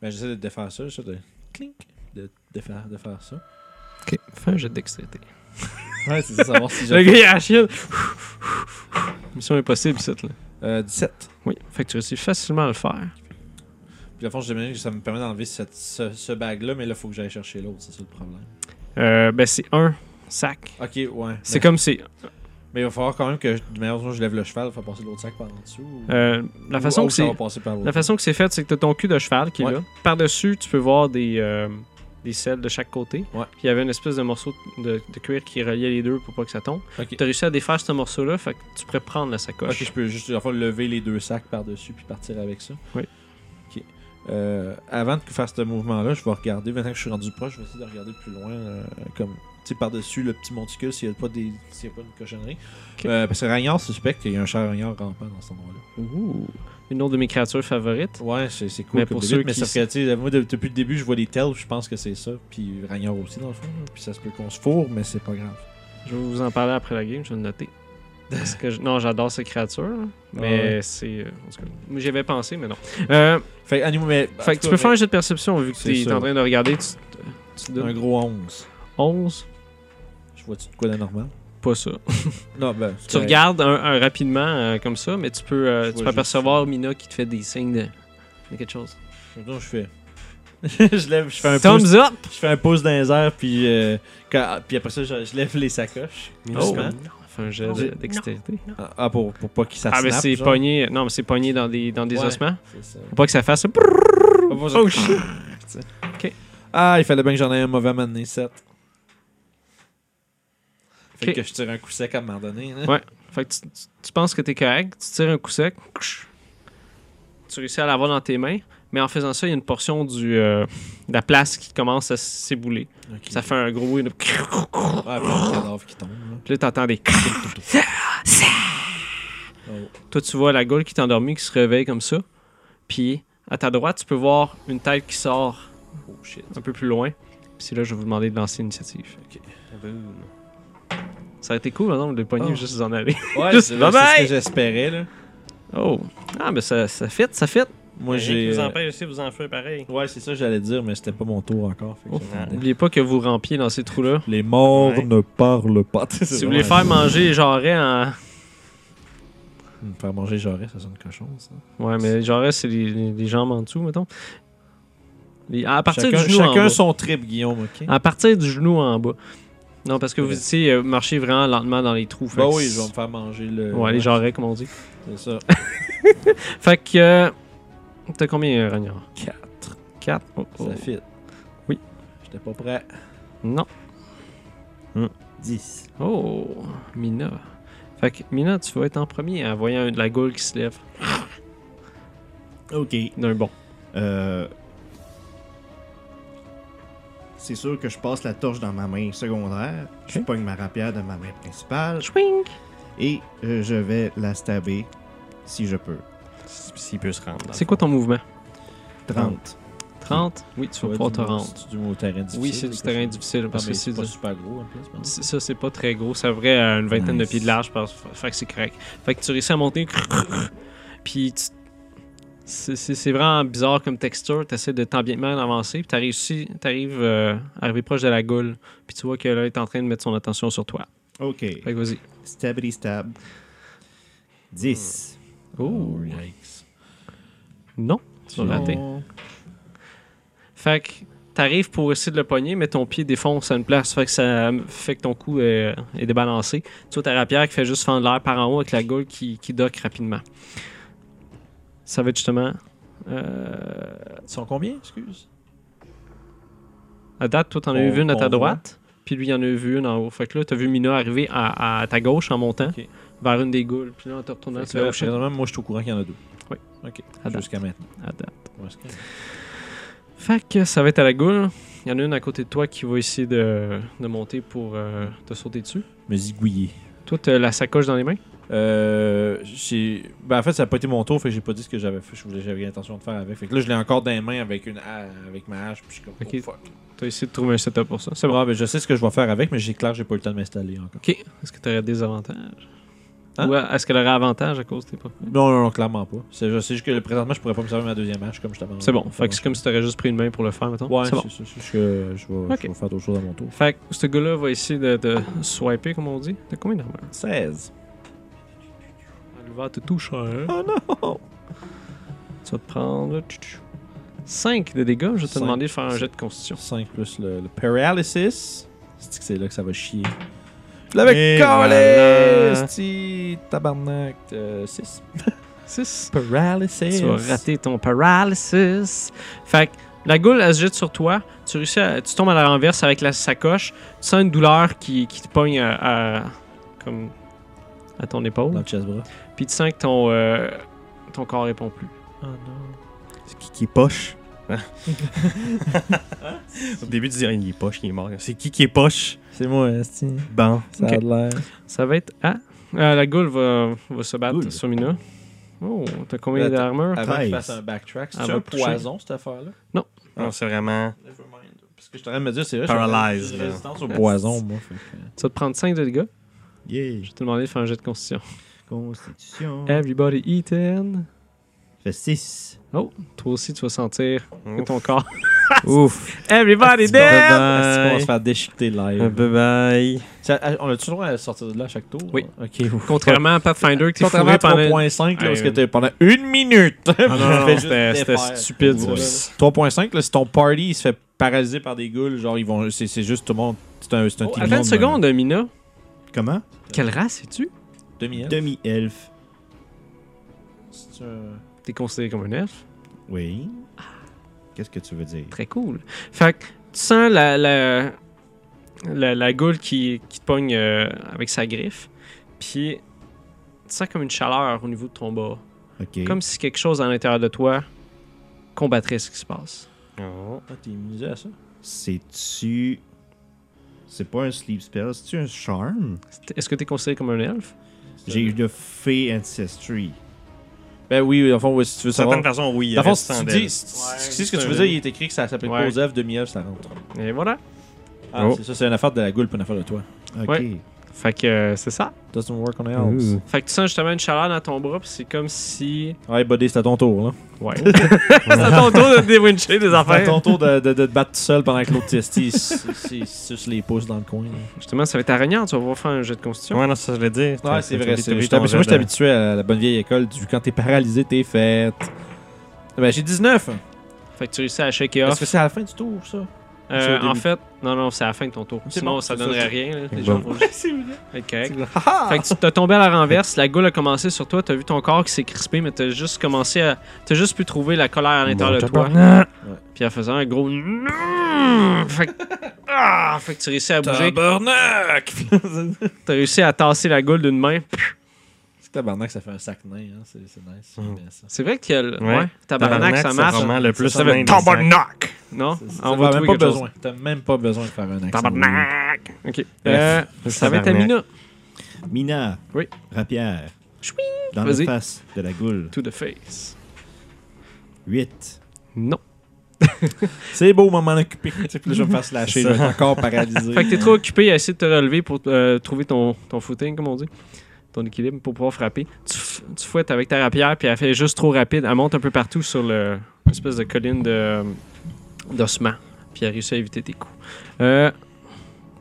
Speaker 3: Ben, j'essaie de défaire ça, j'essaie de... Clink! De, de, faire, de faire ça.
Speaker 2: Ok, fais un jet de dextérité.
Speaker 3: Ouais, c'est ça, savoir si
Speaker 2: Le
Speaker 3: j'ai...
Speaker 2: gars, il a la chienne. Mission impossible, cette là.
Speaker 3: Euh, 17.
Speaker 2: Oui, fait que tu réussis facilement à le faire.
Speaker 3: Puis à fond, j'imagine que ça me permet d'enlever cette- ce, ce bag-là, mais là, faut que j'aille chercher l'autre, c'est ça le problème.
Speaker 2: Euh, ben, c'est un sac.
Speaker 3: Ok, ouais.
Speaker 2: C'est
Speaker 3: mais,
Speaker 2: comme c'est.
Speaker 3: mais il va falloir quand même que, de manière dont je lève le cheval, faut passer l'autre sac par en dessous. ou-
Speaker 2: euh, la
Speaker 3: ou-
Speaker 2: façon
Speaker 3: ou
Speaker 2: que
Speaker 3: ça
Speaker 2: c'est.
Speaker 3: va passer par l'autre.
Speaker 2: La façon que c'est fait, c'est que t'as ton cul de cheval qui est
Speaker 3: Ouais.
Speaker 2: là. Par-dessus, tu peux voir des, euh, des selles de chaque côté.
Speaker 3: Ouais.
Speaker 2: Puis il y avait une espèce de morceau de, de cuir qui reliait les deux pour pas que ça tombe.
Speaker 3: Ok.
Speaker 2: T'as réussi à défaire ce morceau-là, fait que tu pourrais prendre la sacoche.
Speaker 3: Ok, je peux juste à fond, lever les deux sacs par-dessus puis partir avec ça.
Speaker 2: Oui.
Speaker 3: Ok. Euh, avant de faire ce mouvement-là, je vais regarder. Maintenant que je suis rendu proche, je vais essayer de regarder plus loin. euh, comme, tu sais, par-dessus le petit monticule s'il n'y a, pas des- s'il y a pas une cochonnerie.
Speaker 2: Ok.
Speaker 3: Euh, parce que Ragnard suspecte qu'il y a un cher Ragnard rampant dans cet endroit-là.
Speaker 2: Ouh. Une autre de mes créatures favorites.
Speaker 3: Ouais, c'est c'est
Speaker 2: Mais
Speaker 3: cool. comme
Speaker 2: pour
Speaker 3: début,
Speaker 2: ceux
Speaker 3: mais
Speaker 2: qui
Speaker 3: sauf que, tu sais, moi, de- depuis le début, je vois les tells, je pense que c'est ça. Puis Ragnard aussi, dans le fond. là. Puis ça se peut qu'on se fourre, mais c'est pas grave.
Speaker 2: Je vais vous en parler après la game, je vais le noter. Parce que je- non, j'adore ces créatures. là. Mais
Speaker 3: Ah Ouais. Bah,
Speaker 2: c'est. euh, en tout cas, J'y avais pensé, mais non. Euh,
Speaker 3: Fait, animaux, mais,
Speaker 2: fait que tu peux faire un jeu de perception vu que
Speaker 3: C'est
Speaker 2: tu es
Speaker 3: ça.
Speaker 2: en train de regarder. Tu, tu
Speaker 3: un
Speaker 2: donnes
Speaker 3: gros 11.
Speaker 2: 11
Speaker 3: Je vois-tu de quoi d'anormal?
Speaker 2: Pas ça.
Speaker 3: Non, ben. c'est
Speaker 2: Tu
Speaker 3: correct.
Speaker 2: regardes un, un rapidement euh, comme ça, mais tu peux, euh,
Speaker 3: Je
Speaker 2: tu
Speaker 3: vois
Speaker 2: peux
Speaker 3: juste
Speaker 2: apercevoir Mina qui te fait des signes de, de quelque chose.
Speaker 3: Donc, je fais. je lève, je fais un pouce.
Speaker 2: Thumbs up!
Speaker 3: Je fais un pouce dans les airs, puis, euh, quand- puis après ça, je, je lève les sacoches.
Speaker 2: Oh,
Speaker 3: Hein?
Speaker 2: Fais un jet de- dextérité.
Speaker 3: Ah, ah, pour, pour pas qu'ils ça
Speaker 2: Ah, mais
Speaker 3: snappe,
Speaker 2: c'est
Speaker 3: genre.
Speaker 2: pogné. Non, mais c'est pogné dans des, dans des
Speaker 3: Ouais.
Speaker 2: ossements.
Speaker 3: C'est ça.
Speaker 2: Faut pas que ça fasse.
Speaker 3: Oh shit!
Speaker 2: Ok.
Speaker 3: Ah, il fallait bien que j'en aie un mauvais mané 7. Fait
Speaker 2: Ok.
Speaker 3: que je tire un coup sec à un moment donné. hein.
Speaker 2: Ouais. Fait que tu, tu- tu penses que t'es correct, tu tires un coup sec, ksh. tu réussis à l'avoir dans tes mains, mais en faisant ça, il y a une portion du, euh, de la place qui commence à s'ébouler.
Speaker 3: Ok.
Speaker 2: Ça fait un gros bruit de- Puis
Speaker 3: Ah, puis le cadavre qui tombe. là.
Speaker 2: là, t'entends des...
Speaker 3: Oh.
Speaker 2: Toi, tu vois la goule qui est endormie, qui se réveille comme ça. Puis, à ta droite, tu peux voir une tête qui sort
Speaker 3: Oh shit.
Speaker 2: un peu plus loin. Puis c'est là, je vais vous demander de lancer l'initiative. Ça a été cool, hein, non, de pogner
Speaker 3: Oh.
Speaker 2: juste d'en aller.
Speaker 3: Ouais,
Speaker 2: Juste
Speaker 3: c'est
Speaker 2: bye
Speaker 3: c'est ce
Speaker 2: bye!
Speaker 3: que j'espérais. là.
Speaker 2: Oh! Ah, mais ça, ça fit, ça fit!
Speaker 3: Moi,
Speaker 4: Ben, Rien qui
Speaker 3: j'ai.
Speaker 4: vous
Speaker 3: euh,
Speaker 4: empêche aussi, vous en faites pareil.
Speaker 3: Ouais, c'est ça que j'allais dire, mais c'était pas mon tour encore. fait que
Speaker 2: Oh.
Speaker 3: j'attendais.
Speaker 2: N'oubliez pas que vous rampiez dans ces trous-là.
Speaker 3: Les morts
Speaker 4: Ouais.
Speaker 3: ne parlent pas.
Speaker 2: Si vous voulez
Speaker 4: hein.
Speaker 2: faire manger les jarrets en...
Speaker 3: Me faire manger Jaurès, ça sonne cochon, ça.
Speaker 2: Ouais, mais les jarrets, c'est les, les- les jambes en dessous, mettons. Les- À partir
Speaker 3: chacun
Speaker 2: du genou en
Speaker 3: chacun
Speaker 2: bas.
Speaker 3: son trip, Guillaume, ok?
Speaker 2: À partir du genou en bas. Non, parce que vous
Speaker 3: Ouais.
Speaker 2: étiez euh, marché vraiment lentement dans les trous. fait
Speaker 3: bah
Speaker 2: que
Speaker 3: oui, euh,
Speaker 2: c'est-
Speaker 3: je vais me faire manger le.
Speaker 2: Ouais, les jarrets, comme on dit.
Speaker 3: C'est ça.
Speaker 2: Fait que. euh, T'as combien, euh, Oh, Ragnard
Speaker 3: 4.
Speaker 2: 4
Speaker 3: Ça fit.
Speaker 2: Oui.
Speaker 3: J'étais pas prêt.
Speaker 2: Non.
Speaker 5: 10.
Speaker 2: Oh, Mina. Fait que Mina, tu vas être en premier en voyant un- la goule qui se lève
Speaker 5: Ok.
Speaker 2: d'un bond.
Speaker 5: Euh, C'est sûr que je passe la torche dans ma main secondaire, je
Speaker 2: Ok.
Speaker 5: pogne ma rapière de ma main principale
Speaker 2: Chwing!
Speaker 5: et euh, je vais la stabber si je peux.
Speaker 4: S'il peut se rendre.
Speaker 2: C'est quoi ton mouvement
Speaker 5: 30.
Speaker 2: 30 Oui, tu vas pouvoir te rendre.
Speaker 3: Du mot terrain difficile.
Speaker 2: Oui, c'est du terrain difficile parce que c'est
Speaker 3: pas
Speaker 2: du-
Speaker 3: super gros en plus. pardon.
Speaker 2: c'est- ça, c'est pas très gros. Ça vrai à une vingtaine
Speaker 3: Nice.
Speaker 2: de pieds de large. Parce... Fait que c'est correct. Fait que tu réussis à monter. Puis tu- c'est- c'est c'est vraiment bizarre comme texture. Tu essaies de tant bien que mal avancer. Puis tu réussi, t'arrives euh, à arriver proche de la goule. Puis tu vois qu'elle est en train de mettre son attention sur toi.
Speaker 5: Ok.
Speaker 2: Fait que vas-y.
Speaker 5: Stabity stab. 10.
Speaker 2: Oh,
Speaker 3: yikes.
Speaker 2: non. Tu l'as raté. Fait que t'arrives pour essayer de le pogner, mais ton pied défonce à une place. Fait que ça fait que ton cou est, est débalancé. Tu vois ta rapière qui fait juste fendre l'air par en haut avec la goule qui, qui dock rapidement. Ça va être justement. euh,
Speaker 3: Ils sont combien, excuse
Speaker 2: à date, toi, t'en as
Speaker 3: On-
Speaker 2: vu une à
Speaker 3: on
Speaker 2: ta
Speaker 3: voit.
Speaker 2: droite, puis lui, il en a vu une en haut. Fait que là, t'as vu Mina arriver à, à ta gauche en montant
Speaker 3: Ok.
Speaker 2: vers une des goules. Puis là, en te retournant,
Speaker 3: Fait
Speaker 2: tu
Speaker 3: que là,
Speaker 2: fais, oh shit,
Speaker 3: présentement, moi, je suis au courant qu'il y en a deux.
Speaker 2: Oui.
Speaker 3: Ok.
Speaker 2: À date.
Speaker 3: Jusqu'à maintenant.
Speaker 2: à date.
Speaker 3: Ouais, c'est correct.
Speaker 2: Fait que ça va être à la goule. Il y en a une à côté de toi qui va essayer de, de monter pour euh, te sauter dessus.
Speaker 3: Me zigouiller.
Speaker 2: Toi, t'as la sacoche dans les mains.
Speaker 3: Euh, j'ai- ben, en fait, ça n'a pas été mon tour, fait que j'ai pas dit ce que j'avais fait. Je voulais- J'avais l'intention de faire avec. Fait que là, je l'ai encore dans les mains avec, une, ha- avec ma hache. Puis je suis comme,
Speaker 2: Ok.
Speaker 3: oh, fuck.
Speaker 2: T'as essayé de trouver un setup pour ça. C'est bon.
Speaker 3: Ouais, ben, je sais ce que je vais faire avec, mais j'ai clair, j'ai pas eu le temps de m'installer encore.
Speaker 2: Ok. Est-ce que t'aurais des avantages
Speaker 3: Hein?
Speaker 2: Ou est-ce qu'elle aurait avantage à cause de tes pas
Speaker 3: Non, non, non, clairement pas. C'est je sais juste que présentement, je pourrais pas me servir de ma deuxième hache comme je t'avais
Speaker 2: C'est bon. Fait que c'est comme si t'aurais juste pris une main pour le faire, mettons.
Speaker 3: Ouais,
Speaker 2: c'est bon.
Speaker 3: c'est ça. C'est juste que je vais,
Speaker 2: Ok.
Speaker 3: je vais faire d'autres choses à mon tour.
Speaker 2: Fait que ce gars-là va essayer de, de swiper, comme on dit. T'as combien d'armure
Speaker 3: 16.
Speaker 2: Elle va Ah, te toucher.
Speaker 3: Oh non!
Speaker 2: Tu vas te prendre 5 de dégâts. Je vais te
Speaker 3: Cinq.
Speaker 2: demander de faire un jet de constitution.
Speaker 3: 5 plus le, le paralysis. C'est que c'est là que ça va chier. Je l'avais
Speaker 4: Et
Speaker 3: collé!
Speaker 4: voilà.
Speaker 3: Sti- Tabarnak. Euh, 6.
Speaker 2: 6.
Speaker 3: Paralysis.
Speaker 2: Tu vas rater ton paralysis. Fait que la goule, elle se jette sur toi. Tu, réussis à- tu tombes à la renverse avec la sacoche. Tu sens une douleur qui, qui te pogne à, à- comme à ton épaule.
Speaker 3: Dans le chest bras.
Speaker 2: Puis tu sens que ton, euh, ton corps répond plus.
Speaker 3: Oh non.
Speaker 5: C'est qui qui poche
Speaker 4: Au début, tu dis, Ah, il est poche, il est mort. C'est qui qui est poche
Speaker 3: C'est moi, Esti.
Speaker 5: Bon.
Speaker 3: Ça a
Speaker 2: Ok.
Speaker 3: de l'air.
Speaker 2: Ça va être à. Ah, la goule va, va se battre
Speaker 3: Goule.
Speaker 2: sur Mina. Oh, t'as combien
Speaker 3: Attends. Ah.
Speaker 2: d'armure
Speaker 3: Avant que je
Speaker 5: Treize.
Speaker 3: fasse un backtrack, c'est
Speaker 2: Ah,
Speaker 3: un
Speaker 2: bah, touché.
Speaker 3: poison, cette affaire-là?
Speaker 4: Non, c'est vraiment.
Speaker 3: Parce que je t'aurais de me dire, c'est vrai.
Speaker 4: Paralyze,
Speaker 3: j'ai
Speaker 4: là.
Speaker 3: résistance au poison, moi. fait que-
Speaker 2: Tu vas te prendre 5 de dégâts.
Speaker 5: Yeah.
Speaker 2: Je vais te demander de faire un jet de constitution.
Speaker 5: Constitution.
Speaker 2: Euh. Everybody eaten.
Speaker 5: Fait 6.
Speaker 2: Toi aussi, tu vas sentir que ton corps.
Speaker 4: Ouf.
Speaker 2: Everybody
Speaker 4: Est-ce qu'on-
Speaker 2: dead!
Speaker 3: Est-ce qu'on va se
Speaker 4: Bye
Speaker 3: faire déchiqueter live?
Speaker 4: bye. Bye
Speaker 3: Ça- ah, on a toujours à sortir de là à chaque tour?
Speaker 2: Oui.
Speaker 3: Ok, ouf.
Speaker 2: Contrairement à Pathfinder, que t'es
Speaker 3: Contrairement à
Speaker 2: fourré pendant.
Speaker 3: 3.5, là, parce que
Speaker 4: Ouais.
Speaker 3: t'es pendant une minute.
Speaker 2: Ah non, non, non, c'était c'était stupide. ça,
Speaker 3: Ouais.
Speaker 2: là.
Speaker 3: 3.5, là, si ton party il se fait paralyser par des ghouls, genre, ils vont. C'est c'est juste tout le monde. C'est un, c'est un
Speaker 2: Oh,
Speaker 3: team
Speaker 2: attends une
Speaker 3: monde,
Speaker 2: seconde, Mina.
Speaker 5: Comment
Speaker 2: Quelle race es-tu?
Speaker 3: euh, Demi
Speaker 5: Demi-elfe.
Speaker 2: T'es considéré comme un elfe.
Speaker 5: Oui. Qu'est-ce que tu veux dire
Speaker 2: Très cool. Fait que tu sens la, la, la, la goule qui, qui te pogne euh, avec sa griffe. Puis tu sens comme une chaleur au niveau de ton bas.
Speaker 5: Ok.
Speaker 2: Comme si quelque chose à l'intérieur de toi combattrait ce qui se passe.
Speaker 4: Oh.
Speaker 3: Ah, t'es immunisé à ça?
Speaker 5: C'est-tu. C'est pas un sleep spell, c'est-tu un charm
Speaker 2: C'est- Est-ce que t'es considéré comme un elfe?
Speaker 5: J'ai eu de Fey Ancestry.
Speaker 3: Ben oui, oui, en fond, ouais, si tu veux
Speaker 4: De certaines
Speaker 3: savoir.
Speaker 4: façons, oui. il
Speaker 3: Dans le fond,
Speaker 4: reste
Speaker 3: si tu
Speaker 4: sans
Speaker 3: dis,
Speaker 4: d'elle.
Speaker 3: si-
Speaker 2: Ouais,
Speaker 3: si- si ce que
Speaker 2: c'est
Speaker 3: tu
Speaker 2: un
Speaker 3: veux dire, il est écrit que ça s'appelle
Speaker 2: Ouais.
Speaker 3: pas aux œuvres demi-œuvre, ça rentre.
Speaker 2: Et voilà.
Speaker 3: Ah,
Speaker 2: Oh.
Speaker 3: c'est ça, c'est une affaire de la goule, pas une affaire de toi.
Speaker 5: Ok.
Speaker 2: Ouais. Fait que euh, c'est ça.
Speaker 3: Doesn't work on else.
Speaker 2: Fait que tu sens justement une chaleur dans ton bras, puis c'est comme si.
Speaker 3: Ouais, buddy, c'est à ton tour, là.
Speaker 2: Ouais. c'est à ton tour de déwincher des
Speaker 3: C'est à
Speaker 2: affaires.
Speaker 3: ton tour de, de- de te battre tout seul pendant que l'autre testis il s- il suce les pouces dans le coin. là.
Speaker 2: Justement, ça va être aragnant, tu vas pouvoir faire un jeu de constitution.
Speaker 4: Ouais, non, ça, je l'ai dit.
Speaker 3: Ouais, c'est vrai. ben. c'est- j'étais- Moi, je suis habitué à la bonne vieille école du quand t'es paralysé, t'es faite. Ben, j'ai 19.
Speaker 2: Fait que tu réussis à shaker
Speaker 3: Est-ce
Speaker 2: off.
Speaker 3: que c'est à la fin du tour, ça?
Speaker 2: Euh,
Speaker 3: c'est au
Speaker 2: en
Speaker 3: début?
Speaker 2: fait, non, non, c'est à la fin de ton tour.
Speaker 3: C'est
Speaker 2: Sinon,
Speaker 3: bon,
Speaker 2: ça
Speaker 3: c'est
Speaker 2: donnerait
Speaker 3: ça,
Speaker 2: rien. là. Les
Speaker 4: Bon.
Speaker 2: gens vont juste
Speaker 3: c'est vrai.
Speaker 2: être corrects. Fait que tu t'as tombé à la renverse, la goule a commencé sur toi, t'as vu ton corps qui s'est crispé, mais t'as juste commencé à. T'as juste pu trouver la colère à l'intérieur de toi. Puis en faisant un gros. fait, que... Ah! fait que tu réussis à bouger.
Speaker 3: Tabarnak!
Speaker 2: T'as réussi à tasser la goule d'une main.
Speaker 3: c'est tabarnak, ça fait un sac nain. Hein. C'est, c'est nice.
Speaker 4: Mm.
Speaker 3: Bien, ça.
Speaker 2: C'est vrai qu'il y a. le-
Speaker 4: Ouais.
Speaker 2: Ouais, tabarnak, ça marche.
Speaker 4: C'est vraiment le plus.
Speaker 3: Ça s'appelle
Speaker 4: humain des sacs.
Speaker 2: Non,
Speaker 3: C'est- c'est-
Speaker 2: on va
Speaker 3: t'as même
Speaker 2: trouver
Speaker 3: pas
Speaker 2: quelque
Speaker 3: besoin.
Speaker 2: chose.
Speaker 3: T'as même pas besoin de faire un accent.
Speaker 4: Tabarnak!
Speaker 2: Ok. Euh, ça va être à
Speaker 4: Tabarnak.
Speaker 2: Mina.
Speaker 5: Mina.
Speaker 2: Oui.
Speaker 5: Rapière.
Speaker 2: Chouing.
Speaker 5: Dans la
Speaker 2: Vas-y.
Speaker 5: face de la goule.
Speaker 2: To the face.
Speaker 5: 8.
Speaker 2: Non.
Speaker 3: C'est beau, maman occupé. Tu sais, puis là, je vais me faire slasher.
Speaker 4: C'est
Speaker 3: je
Speaker 4: ça.
Speaker 3: vais être encore paralysé.
Speaker 2: Fait que t'es trop occupé à essayer de te relever pour euh, trouver ton, ton footing, comme on dit. Ton équilibre pour pouvoir frapper. Tu, f- tu fouettes avec ta rapière, puis elle fait juste trop rapide. Elle monte un peu partout sur le, une espèce de colline de, d'ossement. Puis elle réussit à éviter tes coups. Euh,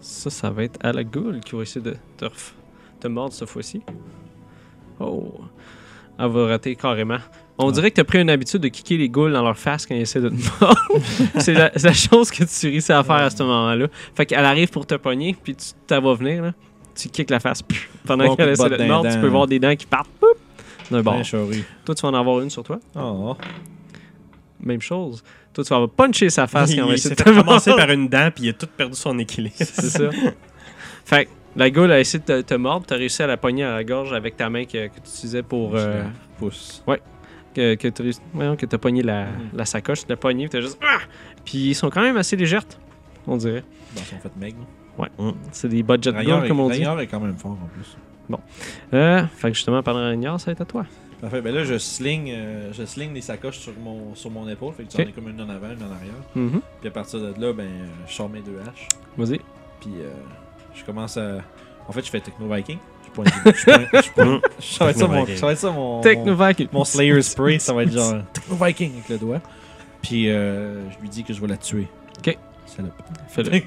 Speaker 2: ça, ça va être à la goule qui va essayer de te, ref- te mordre cette fois-ci. Oh. Elle va rater carrément. On dirait que t'as pris une habitude de kicker les goules dans leur face quand ils essaient de te mordre. c'est, la, c'est la chose que tu réussis à faire à ce moment-là. Fait qu'elle arrive pour te pogner, puis tu t'as va venir, là. Tu kicks la face. Pff, pendant
Speaker 3: Bon coup
Speaker 2: qu'elle
Speaker 3: de
Speaker 2: essaie
Speaker 3: botte
Speaker 2: de te
Speaker 3: dans
Speaker 2: mordre, tu
Speaker 3: les
Speaker 2: peux
Speaker 3: dents. Ben,
Speaker 2: voir des dents qui partent poup, d'un bord.
Speaker 3: Bien, chérie.
Speaker 2: Toi, tu vas en avoir une sur toi.
Speaker 3: Oh.
Speaker 2: Même chose. Toi, tu vas puncher sa face quand on va
Speaker 4: Il
Speaker 2: essayer
Speaker 4: s'est
Speaker 2: de te
Speaker 4: fait commencer
Speaker 2: mordre.
Speaker 4: par une dent, puis il a tout perdu son équilibre.
Speaker 2: C'est ça. Fait que la goule a essayé de te, te mordre. T'as réussi à la pogner à la gorge avec ta main que, que tu utilisais pour... euh,
Speaker 3: Pousse.
Speaker 2: que, que tu réussis- voyons, que t'as pogné la,
Speaker 4: Mm.
Speaker 3: Mhm.
Speaker 2: la sacoche, tu l'as pogné, puis t'as juste. Ah! Puis ils sont quand même assez légères, on dirait.
Speaker 3: Dans son fait meg.
Speaker 2: C'est des budget
Speaker 3: Rayard
Speaker 2: gold, comme on
Speaker 3: est-
Speaker 2: dit.
Speaker 3: Rayard est quand même fort en plus.
Speaker 2: Euh, fait que justement, pendant Ragnard, ça va être à toi.
Speaker 3: Parfait, ben là je sling, euh, je sling les sacoches sur mon, sur mon épaule, fait que
Speaker 2: Ok.
Speaker 3: j'en ai comme une en avant, une en arrière.
Speaker 2: Mhm.
Speaker 3: Puis à partir de là, ben euh, je sors mes deux haches.
Speaker 2: Vas-y.
Speaker 3: Puis euh, je commence à. En fait, je fais Techno Viking. Je pointe. Je pointe. Je pointe. ça va être ça mon. Ça va être ça mon.
Speaker 2: Techno
Speaker 3: mon-
Speaker 2: Vac.
Speaker 3: Mon Slayer Spray, ça va être genre Techno Viking avec le doigt. Puis euh, je lui dis que je vais la tuer.
Speaker 2: Ok.
Speaker 3: Salope.
Speaker 2: Fais-le.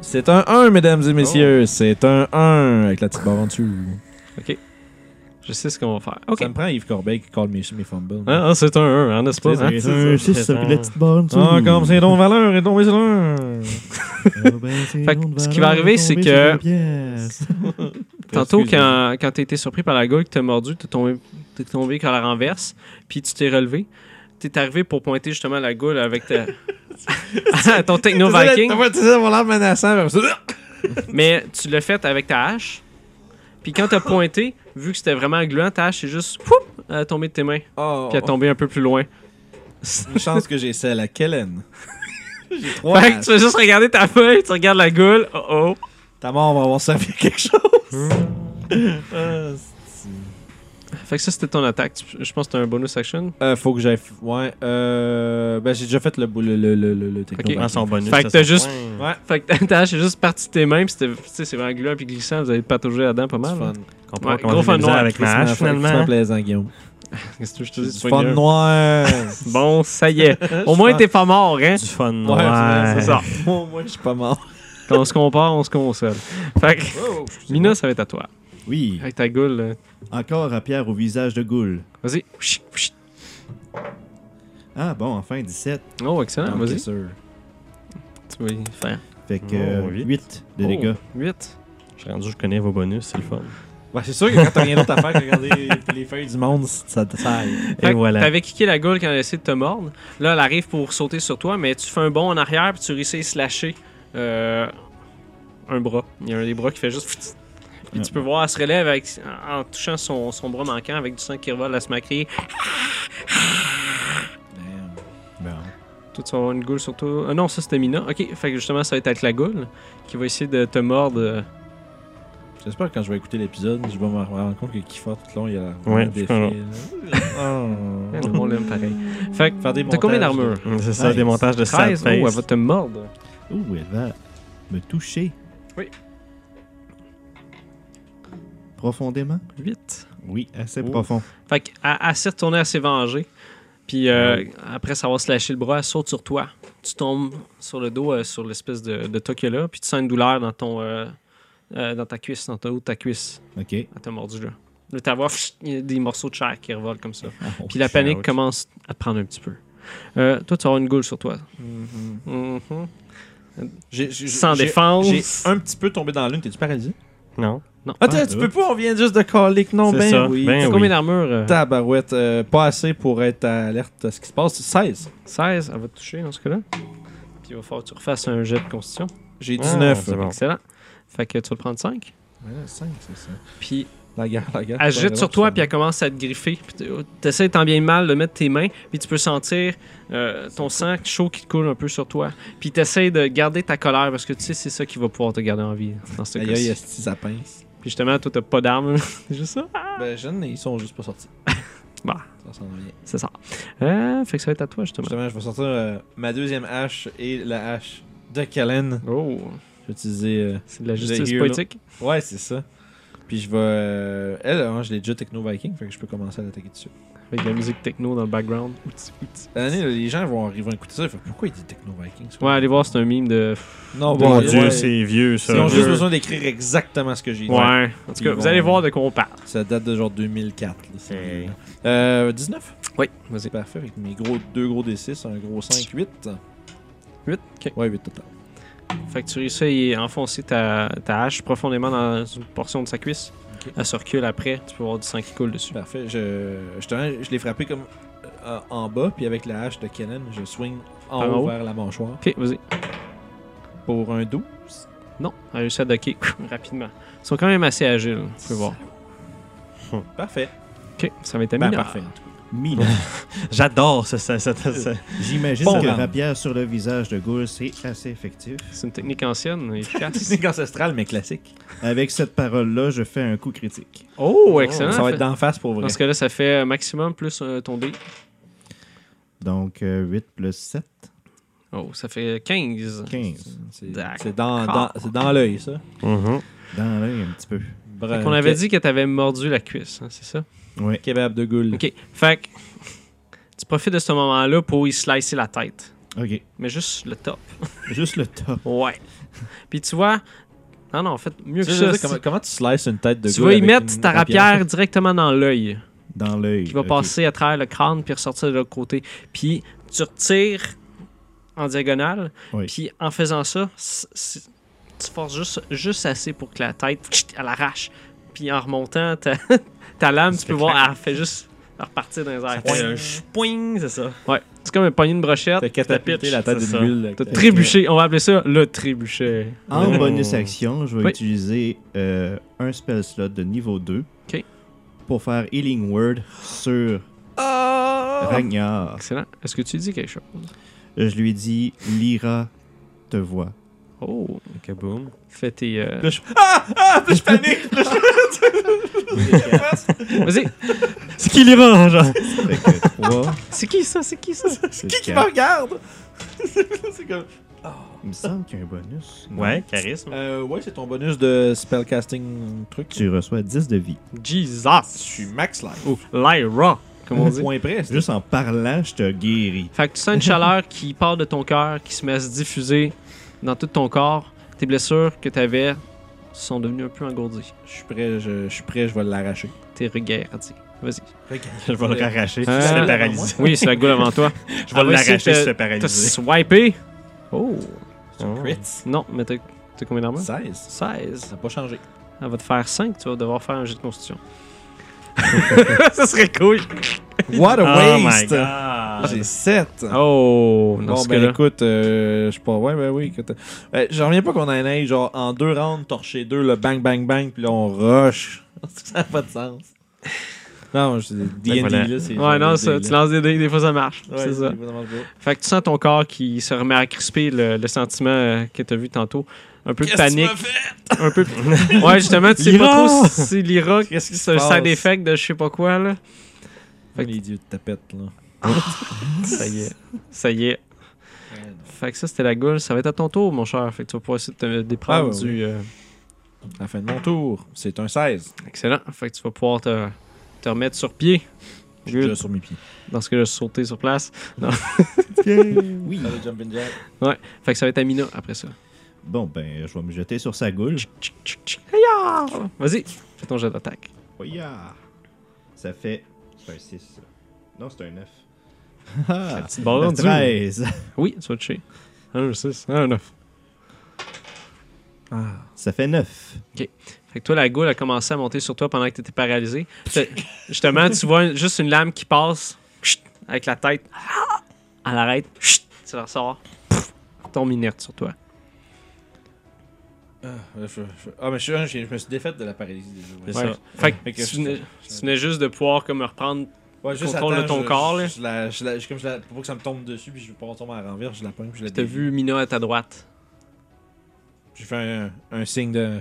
Speaker 3: C'est un 1, mesdames et messieurs. C'est un 1 avec la petite barre en dessous.
Speaker 2: Je sais ce qu'on va faire. Ok.
Speaker 3: Ça me prend Yves Corbeil qui colle mes, mes fumbles.
Speaker 4: Ah,
Speaker 2: Hein, hein, c'est un 1, hein, n'est-ce pas? hein?
Speaker 5: C'est un 6 avec la petite barre en dessous.
Speaker 3: Ah, comme c'est ton valeur et ton valeur.
Speaker 5: Ah ben, c'est
Speaker 2: Fait que
Speaker 5: donc
Speaker 2: ce qui
Speaker 5: valeur
Speaker 2: va arriver, c'est
Speaker 5: tombée sur
Speaker 2: que-
Speaker 5: une pièce.
Speaker 2: Tantôt,
Speaker 3: Excuse-moi.
Speaker 2: quand, quand t'as été surpris par la goule qui t'a mordu, t'es tombé, t'es tombé quand la renverse, puis tu t'es relevé. T'es arrivé pour pointer justement la goule avec ta... ton Techno Viking.
Speaker 3: Tu sais, avoir l'air menaçant. mais c'est-
Speaker 2: Mais tu l'as fait avec ta hache. Puis quand t'as pointé, vu que c'était vraiment gluant, ta hache est juste foup, elle a tombé de tes mains.
Speaker 3: Oh,
Speaker 2: Puis elle a tombé un peu plus loin.
Speaker 3: une chance que j'ai celle à Kellen.
Speaker 5: J'ai trois.
Speaker 2: Fait que tu veux juste regarder ta feuille, tu regardes la goule. Oh oh.
Speaker 5: Ta mort va avoir servi à quelque chose.
Speaker 2: Fait que ça, c'était ton attaque. Tu- Je pense que c'était un bonus action.
Speaker 3: Euh, faut que j'aille. f- Ouais. Euh, ben, j'ai déjà fait le, bou- le, le, le, le, le techno-
Speaker 2: Ok.
Speaker 4: Prends Ah, son bonus.
Speaker 2: Fait que t'as
Speaker 4: ça, c'est
Speaker 2: juste-
Speaker 4: bon.
Speaker 3: Ouais.
Speaker 2: Fait que ta tâche est juste partie de tes mains, pis c'était- tu sais, c'est vraiment gluant puis glissant, vous avez patauger là-dedans pas mal.
Speaker 3: Fun.
Speaker 2: hein.
Speaker 4: Comprends
Speaker 2: Ouais,
Speaker 4: comment
Speaker 2: gros
Speaker 4: j'ai de la
Speaker 2: fan
Speaker 4: misère
Speaker 2: noir,
Speaker 4: avec ma hache,
Speaker 3: C'est
Speaker 4: finalement. hein.
Speaker 3: plaisant, Guillaume.
Speaker 2: Qu'est-ce que je te
Speaker 3: Du
Speaker 2: dis? tu
Speaker 3: fun
Speaker 2: fais
Speaker 3: noir.
Speaker 2: que- Bon, ça y est. Au moins, t'es pas mort, hein?
Speaker 4: Du fun
Speaker 3: Ouais,
Speaker 4: noir.
Speaker 2: C'est ça.
Speaker 3: Bon, moi, je suis pas mort.
Speaker 2: Quand on se compare, on se console. Fait que, Mina, ça va être à toi.
Speaker 5: Oui.
Speaker 2: Avec ta goule, là.
Speaker 5: Encore à pierre au visage de Goule.
Speaker 2: vas-y. Chut, chut.
Speaker 5: Ah bon, enfin 17.
Speaker 2: Oh, excellent,
Speaker 3: Ah, Ok,
Speaker 2: vas-y.
Speaker 3: sûr.
Speaker 2: Tu vas y faire. Oh,
Speaker 5: Fait que
Speaker 4: Oh,
Speaker 5: euh,
Speaker 4: huit.
Speaker 5: 8 de dégâts.
Speaker 2: 8.
Speaker 4: Je suis rendu, je connais vos bonus, c'est le fun.
Speaker 3: Ouais, c'est sûr que quand t'as rien d'autre à faire que regarder les- les feuilles du monde, ça te aille.
Speaker 2: Fait
Speaker 4: Et
Speaker 2: que
Speaker 4: voilà.
Speaker 2: T'avais kické la goule quand elle a essayé de te mordre. Là, elle arrive pour sauter sur toi, mais tu fais un bond en arrière puis tu réussis à slasher euh, un bras. Il y a un des bras qui fait juste. Puis tu peux voir, elle se relève avec- en touchant son, son bras manquant avec du sang qui revole, elle se met à crier. Toi, tu vas avoir une goule sur toi. Ah non, ça c'était Mina. Ok, fait que justement, ça va être avec la goule qui va essayer de te mordre. euh,
Speaker 3: J'espère que quand je vais écouter l'épisode, je vais me rendre compte que Kiffa, tout le long, il y a la-
Speaker 4: Ouais,
Speaker 3: des
Speaker 4: je comprends.
Speaker 3: fils. Oh.
Speaker 2: On l'aime pareil. Fait que
Speaker 3: Faire des
Speaker 2: t'as combien
Speaker 3: montages de-
Speaker 2: d'armure
Speaker 4: Hum, C'est ça,
Speaker 5: Nice.
Speaker 4: des montages de
Speaker 2: 13.
Speaker 4: sad
Speaker 2: Oh, elle va
Speaker 4: face.
Speaker 2: te mordre.
Speaker 5: Ouh, elle va me toucher.
Speaker 2: Oui.
Speaker 5: Profondément?
Speaker 2: 8.
Speaker 5: Oui, assez
Speaker 3: Ouh.
Speaker 5: profond.
Speaker 2: Fait qu'elle elle s'est retournée, elle s'est vengée. Puis euh, après s'avoir slashé le bras, elle saute sur toi. Tu tombes sur le dos, euh, sur l'espèce de, de toque là. Puis tu sens une douleur dans ton euh, euh, dans ta cuisse, dans ta haut de ta cuisse.
Speaker 5: OK.
Speaker 2: Elle t'a Ah, mordu là. Là, ta voix, pfft, il y a des morceaux de chair qui revolent comme ça.
Speaker 3: Oh,
Speaker 2: Puis la
Speaker 4: shit.
Speaker 2: panique commence à te prendre un petit peu. Euh, toi, tu vas avoir une goule sur toi.
Speaker 3: Mhm.
Speaker 2: Mhm.
Speaker 3: J'ai- j'ai-
Speaker 2: Sans
Speaker 3: j'ai-
Speaker 2: défense.
Speaker 3: J'ai un petit peu tombé dans l'une, t'es-tu paralysé?
Speaker 4: Non.
Speaker 2: Non.
Speaker 3: Attends,
Speaker 5: Ah,
Speaker 3: tu
Speaker 5: là.
Speaker 3: peux pas, on vient juste de caller que non,
Speaker 4: C'est
Speaker 3: ben
Speaker 4: ça,
Speaker 3: oui.
Speaker 4: ben
Speaker 2: T'as
Speaker 4: oui.
Speaker 2: combien d'armure euh,
Speaker 3: Tabarouette, euh, pas assez pour être alerte à ce qui se passe. 16.
Speaker 2: 16, elle va te toucher dans ce cas-là. Puis il va falloir que tu refasses un jet de constitution.
Speaker 3: J'ai
Speaker 4: Ah,
Speaker 3: 19.
Speaker 4: c'est bon.
Speaker 2: Excellent. Fait que tu vas prendre 5.
Speaker 3: Ouais, là, 5, c'est ça.
Speaker 2: Puis
Speaker 3: La guerre, la guerre.
Speaker 2: Elle se jette sur toi, puis elle commence à te griffer. Puis t'essaies tant bien que mal de mettre tes mains, puis tu peux sentir euh, ton sang chaud qui te coule un peu sur toi. Puis t'essaies de garder ta colère, parce que tu sais, c'est ça qui va pouvoir te garder en vie dans ce
Speaker 3: Aïe,
Speaker 2: cas
Speaker 3: aïe, esti, ça pince.
Speaker 2: Puis justement, toi, t'as pas d'armes. c'est juste ça.
Speaker 3: Ben, jeunes, ils sont juste pas sortis.
Speaker 2: Bah.
Speaker 3: Ça s'en vient.
Speaker 2: C'est ça. Euh, fait que ça va être à toi, justement.
Speaker 3: Justement, je vais sortir euh, ma deuxième hache et la hache de Kellen.
Speaker 2: Oh,
Speaker 3: Je vais utiliser. euh,
Speaker 2: c'est de la
Speaker 3: The
Speaker 2: justice
Speaker 3: hero.
Speaker 2: poétique.
Speaker 3: Ouais, c'est ça. Puis je vais. euh, Elle, hein, je l'ai déjà techno-viking, fait que je peux commencer à l'attaquer dessus.
Speaker 2: Avec de la musique techno dans le background. Outi, outi.
Speaker 3: Cette année, là, les gens vont arriver à écouter ça. ils font, pourquoi il dit techno-viking ça?
Speaker 2: Ouais, allez voir, c'est un mime de.
Speaker 3: Non,
Speaker 4: Mon
Speaker 3: bon,
Speaker 4: dieu,
Speaker 3: ouais.
Speaker 4: c'est vieux, ça.
Speaker 3: Ils ont juste
Speaker 2: vieux.
Speaker 3: besoin d'écrire exactement ce que j'ai dit.
Speaker 2: Ouais. En tout
Speaker 3: Ils
Speaker 2: cas, vous
Speaker 3: vont-
Speaker 2: allez voir de quoi on parle.
Speaker 3: Ça date de genre 2004. là, c'est-
Speaker 4: Hey.
Speaker 3: Euh, 19.
Speaker 2: Oui, vas-y.
Speaker 3: C'est parfait avec mes gros deux gros D6, un gros 5, 8.
Speaker 2: 8. Ok.
Speaker 3: Ouais, 8 total.
Speaker 2: Fait que tu réussis à y enfoncer ta, ta hache profondément dans une portion de sa cuisse.
Speaker 3: Ok.
Speaker 2: Elle circule après, tu peux voir du sang qui coule dessus.
Speaker 3: Parfait. Je, je, te- je l'ai frappé comme euh, en bas, puis avec la hache de Kellen, je swing en
Speaker 2: Par en
Speaker 3: haut
Speaker 2: haut.
Speaker 3: vers la mâchoire
Speaker 2: Ok, vas-y.
Speaker 3: pour un 12.
Speaker 2: Non, elle réussit à docker rapidement. Ils sont quand même assez agiles, tu peux voir.
Speaker 3: Parfait.
Speaker 2: Ok, ça va être à
Speaker 3: Ben,
Speaker 2: Mina.
Speaker 3: parfait. en tout
Speaker 5: Mille.
Speaker 4: J'adore ça, ça, ça, ça, ça.
Speaker 5: J'imagine
Speaker 3: Bon
Speaker 5: que
Speaker 3: rang.
Speaker 5: rapière sur le visage de Goule, c'est assez effectif.
Speaker 2: Ah, C'est une technique ancienne,
Speaker 3: cas.
Speaker 2: efficace.
Speaker 3: Technique ancestrale, mais classique.
Speaker 5: Avec cette parole-là, je fais un coup critique.
Speaker 2: oh, excellent.
Speaker 3: Ça va
Speaker 2: Fait-
Speaker 3: être d'en face pour vrai.
Speaker 2: Dans ce cas-là, ça fait maximum plus euh, ton dé.
Speaker 5: Donc, euh, 8 plus 7,
Speaker 2: Oh, ça fait 15.
Speaker 5: 15.
Speaker 3: C'est
Speaker 2: D'accord.
Speaker 3: c'est dans, dans, c'est dans l'œil, ça.
Speaker 4: Mhm.
Speaker 5: Dans l'œil, un petit peu.
Speaker 3: euh,
Speaker 2: Fait qu'on avait dit que t'avais mordu la cuisse, hein, c'est ça?
Speaker 5: Oui.
Speaker 3: Kebab de goule.
Speaker 2: Ok, fait que tu profites de ce moment-là pour y slicer la tête.
Speaker 5: OK.
Speaker 2: Mais juste le top.
Speaker 5: Juste le top.
Speaker 2: Ouais. Puis tu vois, non, non, en fait, mieux
Speaker 3: Tu
Speaker 2: que
Speaker 3: sais, je
Speaker 2: ça.
Speaker 3: veux dire,
Speaker 2: c'est-
Speaker 3: comment, comment tu slices une tête de
Speaker 2: tu
Speaker 3: goule
Speaker 2: vas y
Speaker 3: avec
Speaker 2: mettre
Speaker 3: une
Speaker 2: ta rapière directement dans l'œil,
Speaker 5: Dans l'œil.
Speaker 2: qui va
Speaker 5: OK.
Speaker 2: passer à travers le crâne, puis ressortir de l'autre côté. Puis tu retires en diagonale,
Speaker 5: Oui.
Speaker 2: puis en faisant ça, c- c- tu forces juste, juste assez pour que la tête, chut, elle arrache. Puis en remontant ta, ta lame, tu peux voir, elle fait juste elle repartir dans les airs.
Speaker 4: Fait un chpoing, c'est ça.
Speaker 2: Ouais, c'est comme un poignet de brochette.
Speaker 3: T'as catapulté
Speaker 2: pitch,
Speaker 3: la tête
Speaker 4: c'est
Speaker 3: d'une
Speaker 4: ça.
Speaker 3: goule. avec
Speaker 2: T'as
Speaker 3: ta-
Speaker 2: trébuché, on va appeler ça le trébuchet.
Speaker 5: En
Speaker 4: Oh.
Speaker 5: bonus action, je vais
Speaker 2: Oui.
Speaker 5: utiliser euh, un spell slot de niveau 2
Speaker 2: OK.
Speaker 5: pour faire Healing Word sur Ragnar.
Speaker 2: Ah! Excellent. Est-ce que tu dis quelque chose?
Speaker 5: Euh, Je lui ai dit Lyra te voit.
Speaker 2: Oh,
Speaker 4: Kaboom.
Speaker 2: fais tes. euh,
Speaker 4: Là, je-
Speaker 5: je panique
Speaker 2: Vas-y,
Speaker 4: C'est qui l'ira, genre?
Speaker 2: c'est qui ça C'est qui ça
Speaker 5: C'est
Speaker 3: Qui qui
Speaker 5: quatre.
Speaker 3: me regarde C'est comme.
Speaker 5: Il me semble qu'il y a un bonus. Non.
Speaker 4: Ouais, charisme.
Speaker 3: Euh, ouais, c'est ton bonus de spellcasting truc.
Speaker 5: Tu reçois 10 de vie.
Speaker 3: Je
Speaker 2: Jesus
Speaker 3: suis max life.
Speaker 2: Oh, Lyra, comme on
Speaker 3: Au
Speaker 2: dit.
Speaker 3: point près. c'est-
Speaker 5: Juste en parlant, je te guéris.
Speaker 2: Fait que tu sens une chaleur qui part de ton cœur, qui se met à se diffuser dans tout ton corps. Tes blessures que t'avais sont devenues un peu engourdies.
Speaker 3: Je suis prêt, je, je suis prêt, je vais l'arracher.
Speaker 2: T'es regardé. Vas-y.
Speaker 4: Je vais le rarracher.
Speaker 2: Euh,
Speaker 3: Hein?
Speaker 4: C'est paralysé.
Speaker 2: Oui, c'est la goule avant toi.
Speaker 3: Ah,
Speaker 4: Je vais
Speaker 2: Elle va essayer
Speaker 4: l'arracher,
Speaker 2: de-
Speaker 4: c'est
Speaker 2: T'as
Speaker 4: paralysé.
Speaker 2: swipé. Oh.
Speaker 3: C'est un
Speaker 4: Oh.
Speaker 3: crit.
Speaker 2: Non, mais t'as t'as combien d'armes?
Speaker 3: 16.
Speaker 2: 16.
Speaker 3: Ça n'a pas changé.
Speaker 2: Elle va te faire 5, tu vas devoir faire un jet de constitution. ça serait cool.
Speaker 3: What a
Speaker 4: Oh my
Speaker 3: waste!
Speaker 4: god. Ah,
Speaker 3: J'ai 7.
Speaker 2: Oh, dans
Speaker 3: Bon,
Speaker 2: ce
Speaker 3: ben
Speaker 2: cas-là.
Speaker 3: écoute, euh, je sais pas. Ouais, ben oui. écoute. Euh, J'en reviens pas qu'on en aille, genre, en deux rounds, torcher deux, le bang, bang, bang, puis là, on rush. ça n'a pas de sens. Non, c'est D&D,
Speaker 4: voilà.
Speaker 3: là, c'est...
Speaker 2: Ben, Ouais, non, ça, tu lances des dés, des fois ça marche. c'est ça. Fait que tu sens ton corps qui se remet à crisper le, le sentiment euh, que t'as vu tantôt. Un peu de panique. Un peu de- Ouais, justement, tu sais pas
Speaker 4: L'Ira!
Speaker 2: trop si c'est l'Ira qui
Speaker 3: Qu'est-ce qui se
Speaker 2: se sert
Speaker 3: passe?
Speaker 2: des fakes de je sais pas quoi, là. Fait que-
Speaker 3: Les dieux de tapette, là.
Speaker 2: Ça y est. Ça y est. Fait que ça, c'était la goule. Ça va être à ton tour, mon cher. Fait que tu vas pouvoir essayer de te déprendre
Speaker 3: Ah, ouais,
Speaker 2: du. euh,
Speaker 3: À la fin de mon tour, c'est un 16.
Speaker 2: Excellent. Fait que tu vas pouvoir te, te remettre sur pied.
Speaker 3: Je suis déjà sur mes pieds.
Speaker 2: Dans ce cas-là, sauter sur place.
Speaker 3: Oui. Le jumping jack.
Speaker 2: Fait que ça va être Amina après ça.
Speaker 5: Bon, ben, je vais me jeter sur sa goule.
Speaker 2: Tchic, tchic, tchic. Hi-ya! Vas-y, fais ton jet d'attaque.
Speaker 5: Oya! Oh, Ça fait. C'est un 6. Non, c'est un 9.
Speaker 2: La
Speaker 5: Ah,
Speaker 2: petite
Speaker 5: le
Speaker 2: balle.
Speaker 5: 13.
Speaker 2: Oui, tu vas toucher. 1, 6, 1, 9.
Speaker 5: Ça fait 9.
Speaker 2: Fait que toi, la goule a commencé à monter sur toi pendant que tu étais paralysé. T'as- Justement, tu vois une- juste une lame qui passe chut, avec la tête. Elle arrête. chut, Tu la ressors. Pff, Tombe inerte sur toi.
Speaker 3: Ah, je- je- ah, mais je, suis- je me suis défaite de la paralysie, déjà. ouais.
Speaker 4: C'est
Speaker 2: Ouais.
Speaker 4: ça.
Speaker 2: Fait
Speaker 3: Fait
Speaker 2: que
Speaker 3: que
Speaker 2: tu
Speaker 3: je-
Speaker 2: venais, tu venais juste de pouvoir comme reprendre.
Speaker 3: Ouais, juste
Speaker 2: Contrôle
Speaker 3: attends,
Speaker 2: de ton
Speaker 3: je-
Speaker 2: corps,
Speaker 3: je-
Speaker 2: là.
Speaker 3: Je la, je la, je- comme je la, pour pas que ça me tombe dessus, puis je veux pas retomber à la renverse, je la pogne, puis je la
Speaker 2: T'as
Speaker 3: dévie.
Speaker 2: vu Mina à ta droite.
Speaker 3: J'ai fait un, un signe de.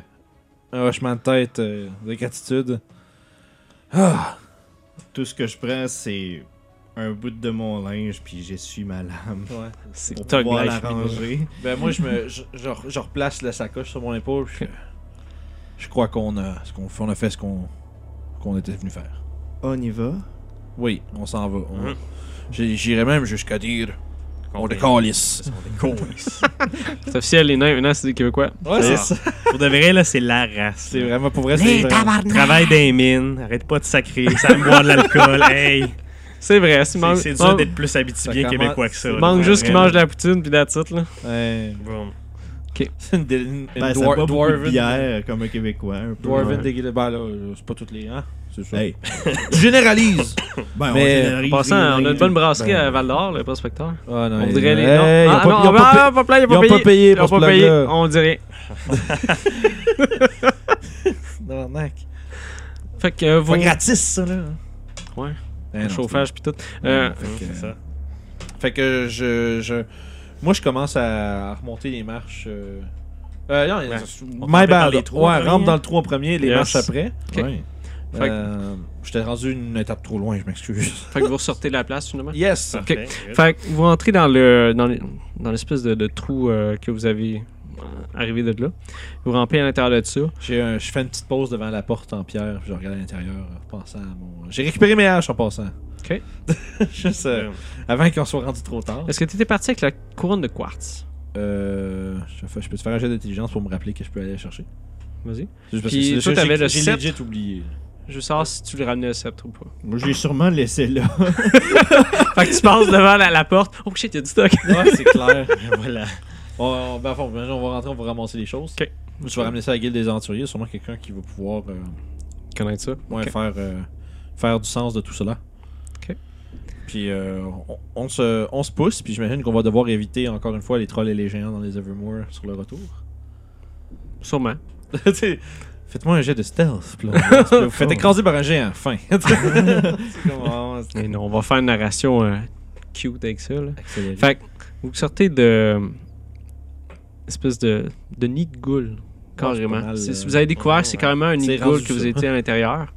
Speaker 3: un hochement de tête euh, de gratitude. Ah!
Speaker 5: Tout ce que je prends, c'est un bout de mon linge, puis j'essuie ma lame.
Speaker 3: Ouais.
Speaker 2: C'est
Speaker 5: Pour
Speaker 2: Tug
Speaker 5: pouvoir la
Speaker 2: Life, Mina.
Speaker 5: ranger.
Speaker 3: Ben, moi, je me. Je, je re- je replace la sacoche sur mon épaule, puis je, je crois qu'on a, ce qu'on on a fait ce qu'on qu'on était venu faire.
Speaker 5: On y va.
Speaker 3: Oui, on s'en va. on-
Speaker 4: Mhm.
Speaker 3: j'ai- J'irais même jusqu'à dire. On
Speaker 4: Combien?
Speaker 3: décalisse.
Speaker 2: C'est officiel, les nains, maintenant, c'est des Québécois.
Speaker 3: Ouais,
Speaker 4: c'est ça. Pour de vrai, là, c'est la race.
Speaker 3: C'est vraiment pour vrai. c'est vrai.
Speaker 4: Travaille dans les mines, arrête pas de sacrer, ça me boire de l'alcool, hey!
Speaker 2: C'est vrai. C'est
Speaker 4: C'est c'est dur d'être plus
Speaker 3: Ça
Speaker 4: habitué
Speaker 3: commence-
Speaker 4: québécois que ça. là,
Speaker 2: manque
Speaker 4: pour
Speaker 2: juste qu'ils
Speaker 4: vrai.
Speaker 2: mangent de la poutine puis d'attitude, là.
Speaker 3: Ouais.
Speaker 4: Bon.
Speaker 3: C'est une, dé- une, une
Speaker 5: Ben, ça
Speaker 3: dwar-
Speaker 5: boit beaucoup de
Speaker 3: dwarven-
Speaker 5: bière, comme un Québécois. Un peu. hein.
Speaker 3: Dwarven
Speaker 4: Ouais.
Speaker 3: déguisé. Ben là, euh, c'est pas toutes les. Hein? C'est ça.
Speaker 5: Hey,
Speaker 3: Tu généralises! Mais,
Speaker 5: ben, on
Speaker 2: En
Speaker 5: généralise
Speaker 2: passant,
Speaker 5: les
Speaker 2: on a
Speaker 5: nains,
Speaker 2: une bonne brasserie
Speaker 3: Ben.
Speaker 2: à Val d'Or, le prospecteur.
Speaker 3: Ah, non,
Speaker 2: On
Speaker 3: ils-
Speaker 2: dirait les
Speaker 3: Hey,
Speaker 2: noms.
Speaker 3: ils ont
Speaker 2: Ah,
Speaker 3: pas-
Speaker 2: non,
Speaker 3: ils ont
Speaker 2: on
Speaker 3: pas
Speaker 2: va- on va pas- ils ont
Speaker 3: ils ont pas payé
Speaker 2: Ils
Speaker 3: pour
Speaker 2: ont
Speaker 3: ce
Speaker 2: pas payé,
Speaker 3: blog-là.
Speaker 2: on dirait.
Speaker 3: Tabarnak.
Speaker 2: Fait que euh, vos
Speaker 3: Pas gratis, ça, là.
Speaker 2: Ouais.
Speaker 3: Ben non,
Speaker 2: chauffage puis tout. Euh,
Speaker 3: c'est Mm. bon. Fait que,
Speaker 4: C'est ça.
Speaker 3: fait que je, je- Moi, je commence à remonter les marches. Euh... euh, non,
Speaker 4: Ouais. On
Speaker 3: My
Speaker 4: rentre dans
Speaker 3: bad.
Speaker 4: les trous en
Speaker 3: ouais,
Speaker 4: premier.
Speaker 3: rentre dans le trou en premier, les
Speaker 2: Yes.
Speaker 3: marches après.
Speaker 2: Ok.
Speaker 5: Ouais.
Speaker 2: Fait que-
Speaker 3: Euh, J'étais rendu une étape trop loin, je m'excuse.
Speaker 2: Fait que vous ressortez de la place finalement.
Speaker 3: Yes!
Speaker 2: Ok. Fait que vous rentrez dans le dans, le- dans l'espèce de, de trou euh, que vous avez euh, arrivé de là. Vous rampez à l'intérieur de ça.
Speaker 3: J'ai un- Je fais une petite pause devant la porte en pierre, puis je regarde à l'intérieur, euh, en pensant à mon. J'ai récupéré mes haches en passant.
Speaker 2: Ok.
Speaker 3: Juste euh,
Speaker 4: Bon.
Speaker 3: avant qu'on soit rendu trop tard.
Speaker 2: Est-ce que tu étais parti avec la couronne de quartz
Speaker 3: Euh, je, fais- je peux te faire un jet d'intelligence pour me rappeler que je peux aller la chercher.
Speaker 2: Vas-y.
Speaker 3: Juste
Speaker 2: Puis
Speaker 3: c'est-
Speaker 2: toi,
Speaker 3: j'ai-
Speaker 2: t'avais le
Speaker 3: j'ai
Speaker 2: sept.
Speaker 3: legit oublié.
Speaker 2: Je veux savoir si tu le ramenais au sceptre ou pas.
Speaker 5: Moi, je l'ai sûrement laissé là.
Speaker 2: fait que tu passes devant la, la porte. Oh shit, il y a du stock.
Speaker 3: Ouais, c'est clair.
Speaker 4: voilà.
Speaker 3: on, on- ben, enfin, ben, on va rentrer, on va ramasser les choses.
Speaker 2: Ok.
Speaker 3: Je vais ramener ça à la guilde des aventuriers. Sûrement quelqu'un qui va pouvoir euh,
Speaker 2: Connaître ça.
Speaker 3: ouais,
Speaker 2: Ok.
Speaker 3: faire, euh, faire du sens de tout cela.
Speaker 2: Ok.
Speaker 3: Puis euh, on, on se, on se pousse, puis j'imagine qu'on va devoir éviter encore une fois les trolls et les géants dans les Evermore sur le retour.
Speaker 2: Sûrement.
Speaker 3: Tu sais, Faites-moi un jet de stealth. puis là, vous faites écraser par un géant, fin. c'est comme, oh,
Speaker 2: Et non, on va faire une narration euh, cute avec ça. Là.
Speaker 3: Accélérer.
Speaker 2: Fait que vous sortez de. espèce de, de nid de goule, carrément.
Speaker 3: Ah, pas mal,
Speaker 2: C'est-
Speaker 3: euh,
Speaker 2: vous avez découvert,
Speaker 3: ouais,
Speaker 2: c'est
Speaker 3: ouais.
Speaker 2: carrément un nid
Speaker 3: C'est
Speaker 2: de goule
Speaker 3: rendu
Speaker 2: que vous
Speaker 3: ça.
Speaker 2: étiez à l'intérieur.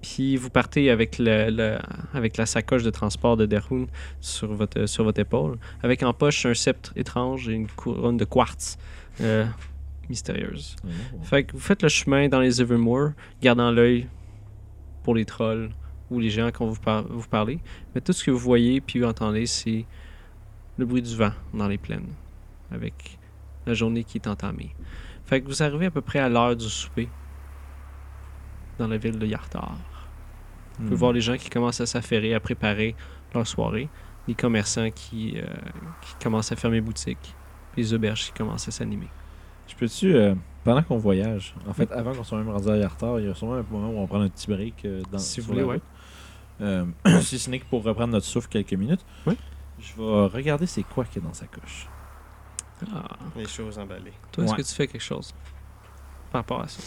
Speaker 2: Puis vous partez avec, le, le- avec la sacoche de transport de Derhoun sur votre, sur votre épaule, avec en poche un sceptre étrange et une couronne de quartz euh, mystérieuse.
Speaker 3: Oh.
Speaker 2: Fait que vous faites le chemin dans les Evermore, gardant l'œil pour les trolls ou les gens quand vous, par- vous parlez. Mais tout ce que vous voyez puis vous entendez, c'est le bruit du vent dans les plaines, avec la journée qui est entamée. Fait que vous arrivez à peu près à l'heure du souper dans la ville de Yartar. Vous pouvez
Speaker 3: Hmm.
Speaker 2: voir les gens qui commencent à s'affairer, à préparer leur soirée, les commerçants qui, euh, qui commencent à fermer boutique, puis les auberges qui commencent à s'animer.
Speaker 3: Je peux-tu, euh, pendant qu'on voyage, en fait, avant qu'on soit même rendu à retard, il y a sûrement un moment où on prend un petit break euh, dans
Speaker 2: Si vous
Speaker 3: sur la
Speaker 2: voulez,
Speaker 3: route. Euh, si ce n'est que pour reprendre notre souffle quelques minutes,
Speaker 2: Oui.
Speaker 3: je vais regarder c'est quoi qui est dans sa coche.
Speaker 2: Ah.
Speaker 4: Les choses emballées.
Speaker 2: Toi, est-ce
Speaker 3: Ouais.
Speaker 2: que tu fais quelque chose par rapport à ça?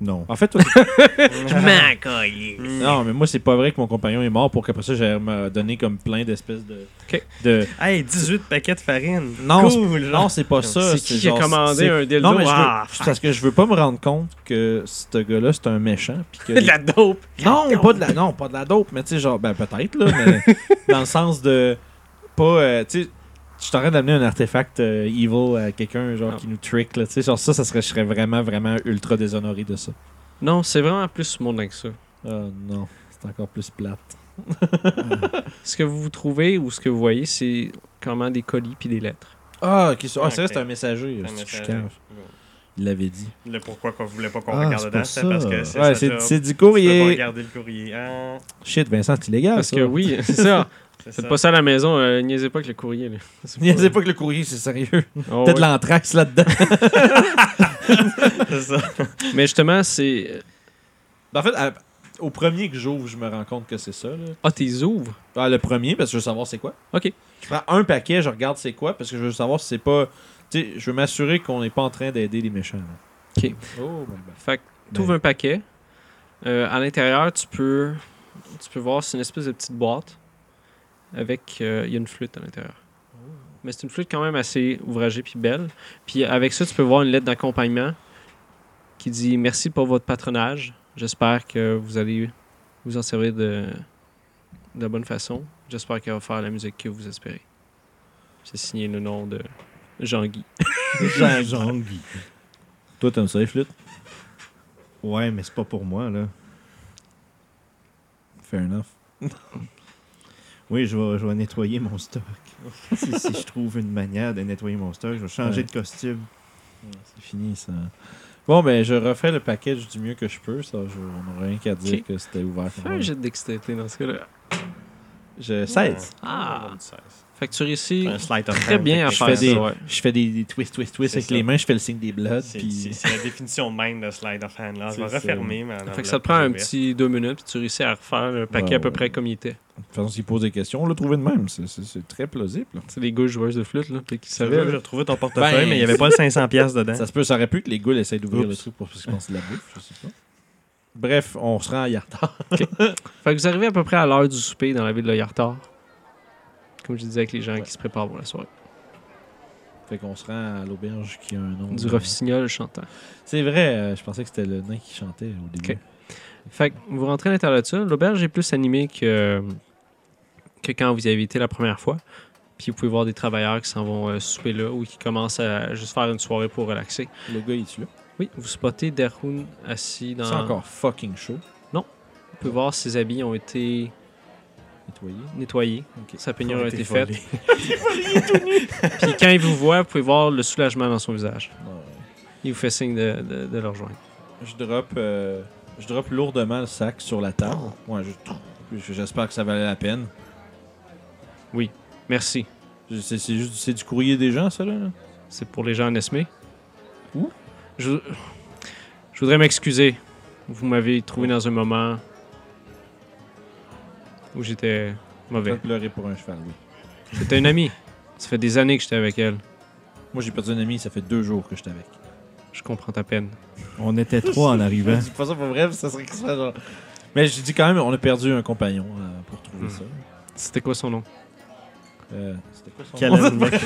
Speaker 5: Non.
Speaker 3: En fait, toi, t'es-
Speaker 4: Macaillé.
Speaker 3: non, mais moi, c'est pas vrai que mon compagnon est mort pour qu'après ça, j'aille me donner comme plein d'espèces de.
Speaker 2: Ok.
Speaker 3: de...
Speaker 4: Hey, 18 paquets de farine.
Speaker 3: Non,
Speaker 4: cool,
Speaker 3: Non, c'est pas ça.
Speaker 2: c'est qui qui a
Speaker 3: genre-
Speaker 2: commandé
Speaker 3: c'est-
Speaker 2: un dildo?
Speaker 3: Non, mais je veux-
Speaker 4: Ah,
Speaker 3: c'est parce que je veux pas me rendre compte que ce gars-là, c'est un méchant. Puis que
Speaker 4: de la dope.
Speaker 3: Non, pas de la, non, pas de la dope, mais tu sais, genre, ben peut-être, là, mais dans le sens de pas, euh, tu sais, je suis en train d'amener un artefact euh, evil à quelqu'un, genre,
Speaker 2: Non.
Speaker 3: qui nous trick, là, tu sais, genre ça, ça serait, je serais vraiment, vraiment ultra déshonoré de ça.
Speaker 2: Non, c'est vraiment plus mondain que ça.
Speaker 3: Ah non, c'est encore plus plate.
Speaker 2: Ce que vous trouvez ou ce que vous voyez, c'est comment des colis puis des lettres.
Speaker 3: Ah, ok, c'est- ah, c'est vrai,
Speaker 4: Ok.
Speaker 3: c'est un messager, c'est du chican. Il l'avait dit.
Speaker 4: Le pourquoi qu'on voulait pas qu'on
Speaker 3: Ah,
Speaker 4: regarde
Speaker 3: c'est
Speaker 4: dedans,
Speaker 3: pour
Speaker 4: c'est
Speaker 3: ça.
Speaker 4: parce que c'est
Speaker 3: Ouais,
Speaker 4: sa
Speaker 3: c'est
Speaker 4: job.
Speaker 3: c'est du
Speaker 4: Tu peux pas
Speaker 3: courrier.
Speaker 4: regarder le courrier. hein,
Speaker 3: Shit, Vincent, c'est illégal,
Speaker 2: Parce
Speaker 3: Ah, ça.
Speaker 2: que oui, c'est ça.
Speaker 4: c'est
Speaker 2: Faites
Speaker 4: ça.
Speaker 2: pas ça à la maison, euh, niaisez pas avec le courrier. là. C'est
Speaker 3: Niaisez pas que le courrier, c'est sérieux.
Speaker 2: Oh,
Speaker 3: Peut-être
Speaker 2: ouais.
Speaker 3: l'anthrax là-dedans.
Speaker 4: C'est ça.
Speaker 2: Mais justement, c'est. euh,
Speaker 3: Ben, en fait, à- au premier que j'ouvre, je me rends compte que c'est ça, là.
Speaker 2: Ah, t'es ouvres.
Speaker 3: Ah, le premier, parce que je veux savoir c'est quoi.
Speaker 2: Ok.
Speaker 3: Je prends un paquet, je regarde c'est quoi, parce que je veux savoir si c'est pas. Tu sais, je veux m'assurer qu'on n'est pas en train d'aider les méchants. là.
Speaker 2: Ok.
Speaker 3: Oh, ben, ben.
Speaker 2: Fait que t'ouvres un paquet. Euh, à l'intérieur, tu peux. Tu peux voir, c'est une espèce de petite boîte. Avec. euh, Il y a une flûte à l'intérieur. Mais c'est une flûte quand même assez ouvragée puis belle. Puis avec ça, tu peux voir une lettre d'accompagnement qui dit Merci pour votre patronage. J'espère que vous allez vous en servir de, de la bonne façon. J'espère qu'elle va faire la musique que vous espérez. C'est signé le nom de Jean-Guy.
Speaker 5: Jean-Guy.
Speaker 3: Toi, t'aimes ça, les flûtes
Speaker 5: Ouais, mais c'est pas pour moi, là.
Speaker 3: Fair enough.
Speaker 5: Oui, je vais, je vais nettoyer mon stock. si, si je trouve une manière de nettoyer mon stock, je vais changer
Speaker 3: Ouais.
Speaker 5: de costume.
Speaker 3: C'est fini, ça. Bon, ben, je refais le package du mieux que je peux. Ça, je- on n'a rien qu'à dire
Speaker 2: Ok.
Speaker 3: que c'était ouvert.
Speaker 2: Fais un jet d'extérité dans ce cas-là.
Speaker 3: Je 16.
Speaker 2: Ah. Fait que tu réussis
Speaker 4: Un slide of
Speaker 2: très
Speaker 4: hand,
Speaker 2: bien à
Speaker 4: technique.
Speaker 2: faire
Speaker 3: fais des-
Speaker 2: ça, ouais.
Speaker 3: Je fais des, des twist, twist, twist
Speaker 4: C'est
Speaker 3: avec
Speaker 4: ça.
Speaker 3: les mains. Je fais le signe des bloods.
Speaker 4: C'est c'est-
Speaker 3: Puis...
Speaker 4: c'est la définition même de slide of hand. Là, je vais
Speaker 3: C'est ça.
Speaker 4: refermer. mais en
Speaker 2: Fait que
Speaker 4: enveloppe
Speaker 2: ça te prend un
Speaker 4: ouverte.
Speaker 2: petit deux minutes, puis tu réussis à refaire le paquet
Speaker 3: Ouais,
Speaker 2: à peu
Speaker 3: ouais.
Speaker 2: près comme il était.
Speaker 3: De toute façon, s'il pose des questions, on l'a trouvé de même. C'est- C'est c'est très plausible.
Speaker 2: C'est les gars joueurs de flûte, là, peut-être qu'ils
Speaker 4: C'est vrai,
Speaker 2: savaient.
Speaker 4: J'ai
Speaker 2: là.
Speaker 4: retrouvé ton portefeuille,
Speaker 3: Ben,
Speaker 4: mais il n'y avait pas le 500$ piastres dedans.
Speaker 3: Ça se peut, ça aurait pu que les goules essayent d'ouvrir
Speaker 4: Oups.
Speaker 3: le truc pour parce qu'ils pensent que c'est de la bouffe, je sais pas. Bref, on se rend à Yartar.
Speaker 2: Fait que vous arrivez à peu près à l'heure du souper dans la ville de Yartar. Comme je disais avec les gens
Speaker 3: Ouais.
Speaker 2: qui se préparent pour la soirée.
Speaker 3: Fait qu'on se rend à l'auberge qui a un nom.
Speaker 2: Du rossignol chantant.
Speaker 3: C'est vrai, euh, je pensais que c'était le nain qui chantait au début.
Speaker 2: Ok. Fait que vous rentrez à l'intérieur de ça. L'auberge est plus animée que, que quand vous y avez été la première fois. Puis vous pouvez voir des travailleurs qui s'en vont euh, souper là ou qui commencent à juste faire une soirée pour relaxer.
Speaker 3: Le gars, il est là.
Speaker 2: Oui, vous spottez Derhoun assis dans.
Speaker 3: C'est encore fucking chaud.
Speaker 2: Vous pouvez voir ses habits ont été
Speaker 3: Nettoyé.
Speaker 2: nettoyés.
Speaker 3: Ok.
Speaker 2: Sa peignure
Speaker 4: Ont
Speaker 2: a
Speaker 4: été
Speaker 2: été faite. Puis quand il vous voit, vous pouvez voir le soulagement dans son visage.
Speaker 3: Non,
Speaker 2: Il vous fait signe de, de, de le rejoindre.
Speaker 3: Je drop, euh, je drop lourdement le sac sur la table. Ouais, je- je- j'espère que ça valait la peine.
Speaker 2: Merci.
Speaker 3: Je- C'est c'est juste c'est du courrier des gens, ça, là. là?
Speaker 2: C'est pour les gens en Esmé.
Speaker 3: Où?
Speaker 2: Je, je voudrais m'excuser. Vous m'avez trouvé dans un moment où j'étais
Speaker 3: Je vais
Speaker 2: mauvais.
Speaker 3: pleurer pour un cheval, oui.
Speaker 2: C'était une amie. Ça fait des années que j'étais avec elle.
Speaker 3: Moi, j'ai perdu un ami, ça fait deux jours que je suis avec.
Speaker 2: Je comprends ta peine.
Speaker 5: On était trois en arrivant.
Speaker 3: Je dis pas ça pour vrai, ça serait que ça, genre. Mais je dis quand même, on a perdu un compagnon euh, pour trouver
Speaker 2: Hmm.
Speaker 3: ça.
Speaker 2: C'était quoi son nom?
Speaker 3: Euh, C'était quoi son nom?
Speaker 5: Kellen Mc-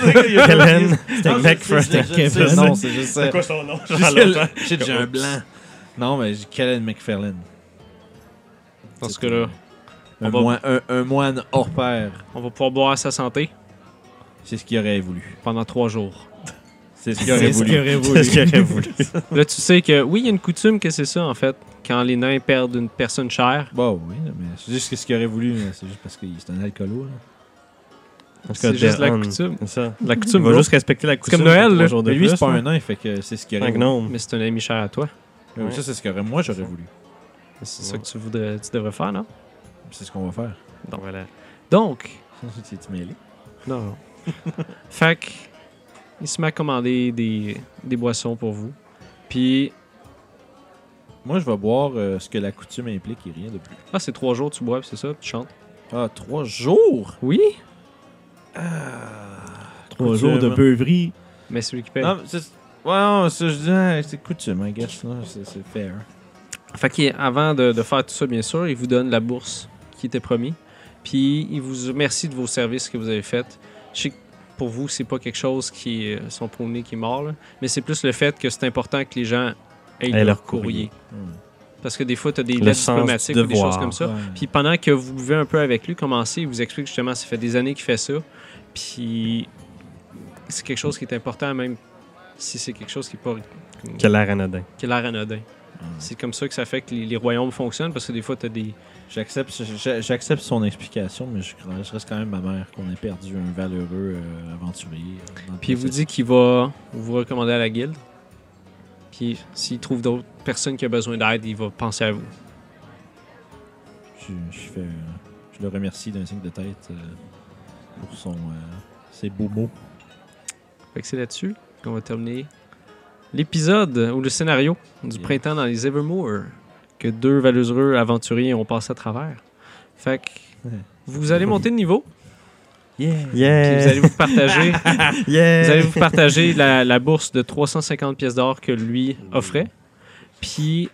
Speaker 5: Kellen
Speaker 3: Non, je sais,
Speaker 5: McFarlane.
Speaker 3: je sais,
Speaker 5: Kevin.
Speaker 3: Non, c'est juste. euh,
Speaker 4: C'est quoi son nom? Je
Speaker 3: juste
Speaker 4: râle
Speaker 3: le-
Speaker 4: longtemps.
Speaker 3: Shit, j'ai un blanc. Non, mais j'ai Kellen McFarlane.
Speaker 2: Dans ce cas-là,
Speaker 3: Un,
Speaker 2: On va-
Speaker 3: moine, un- un moine hors pair.
Speaker 2: on va pouvoir boire à sa santé
Speaker 3: C'est ce qu'il aurait voulu.
Speaker 2: pendant trois jours.
Speaker 3: C'est ce qu'il aurait
Speaker 5: C'est ce
Speaker 3: voulu.
Speaker 5: qu'il aurait voulu. C'est ce qu'il aurait voulu.
Speaker 2: Là, tu sais que oui, il y a une coutume que c'est ça, en fait. Quand les nains perdent une personne chère,
Speaker 3: Bon, oui, mais c'est juste que ce qu'il aurait voulu, mais c'est juste parce qu'il c'est un alcoolo. là.
Speaker 2: c'est juste la coutume.
Speaker 4: Ça.
Speaker 2: La coutume,
Speaker 4: Tu vas
Speaker 2: bro.
Speaker 4: juste respecter la coutume.
Speaker 2: comme Noël,
Speaker 4: pour
Speaker 2: là.
Speaker 4: trois jours de
Speaker 3: Mais lui, c'est
Speaker 4: plus, hein.
Speaker 3: pas
Speaker 4: là.
Speaker 3: un nain, fait que c'est ce qu'il aurait
Speaker 4: Un
Speaker 3: voulu.
Speaker 4: gnome.
Speaker 2: Mais c'est un ami cher à toi.
Speaker 3: Oui, Ça, c'est ce que moi, j'aurais voulu.
Speaker 2: C'est ça que tu, voudrais, tu devrais faire, non?
Speaker 3: C'est ce qu'on va faire.
Speaker 2: Donc, voilà. Donc,
Speaker 3: C'est mêlé.
Speaker 2: non, non. fait que, il se met à commander des, des boissons pour vous. Puis,
Speaker 3: Moi, je vais boire euh, ce que la coutume implique et rien de plus.
Speaker 2: ah, c'est trois jours, tu bois, puis c'est ça, puis tu chantes.
Speaker 3: Ah, trois jours?
Speaker 2: Oui?
Speaker 5: Trois jours de beuverie.
Speaker 2: Mais celui qui paye.
Speaker 3: Non, mais c'est... Ouais, non, ça, je dis, ah, c'est coutume, I guess, là, c'est, c'est fair.
Speaker 2: Fait qu'avant de, de faire tout ça, bien sûr, il vous donne la bourse qui était promis. Puis il vous remercie de vos services que vous avez faits. Je sais que pour vous, c'est pas quelque chose qui est son promené qui est mort, là, mais c'est plus le fait que c'est important que les gens aient
Speaker 4: Aient
Speaker 2: leur,
Speaker 4: leur
Speaker 2: courrier.
Speaker 4: courrier.
Speaker 3: Hmm.
Speaker 2: Parce que des fois, tu as des
Speaker 4: Le
Speaker 2: lettres
Speaker 4: sens du
Speaker 2: diplomatiques ou des
Speaker 4: devoir.
Speaker 2: choses comme ça.
Speaker 3: Ouais.
Speaker 2: Puis pendant que vous buvez un peu avec lui, commencez, il vous explique justement, ça fait des années qu'il fait ça. Puis c'est quelque chose qui est important, même si c'est quelque chose qui est pas
Speaker 4: Quel air anodin.
Speaker 2: qui a l'air anodin.
Speaker 3: Hmm.
Speaker 2: C'est comme ça que ça fait que les, les royaumes fonctionnent parce que des fois, tu as des.
Speaker 3: J'accepte, j'a- j'accepte son explication, mais je, je reste quand même ma mère qu'on ait perdu un valeureux euh, aventurier. euh, dans le
Speaker 2: Puis il vous dit
Speaker 3: processus.
Speaker 2: qu'il va vous recommander à la guilde. Puis s'il trouve d'autres personnes qui ont besoin d'aide, il va penser à vous.
Speaker 3: Je, je fais, euh, je le remercie d'un signe de tête euh, pour son, euh, ses beaux mots.
Speaker 2: Fait que c'est là-dessus qu'on va terminer l'épisode euh, ou le scénario du
Speaker 3: Yeah.
Speaker 2: printemps dans les Evermore que deux valeureux aventuriers ont passé à travers. Fait que
Speaker 3: Ouais.
Speaker 2: vous allez monter de niveau, puis
Speaker 5: Euh.
Speaker 2: vous
Speaker 4: Yeah!
Speaker 2: allez vous partager, vous
Speaker 4: Yeah!
Speaker 2: allez vous partager la, la bourse de 350 pièces d'or que lui offrait. Puis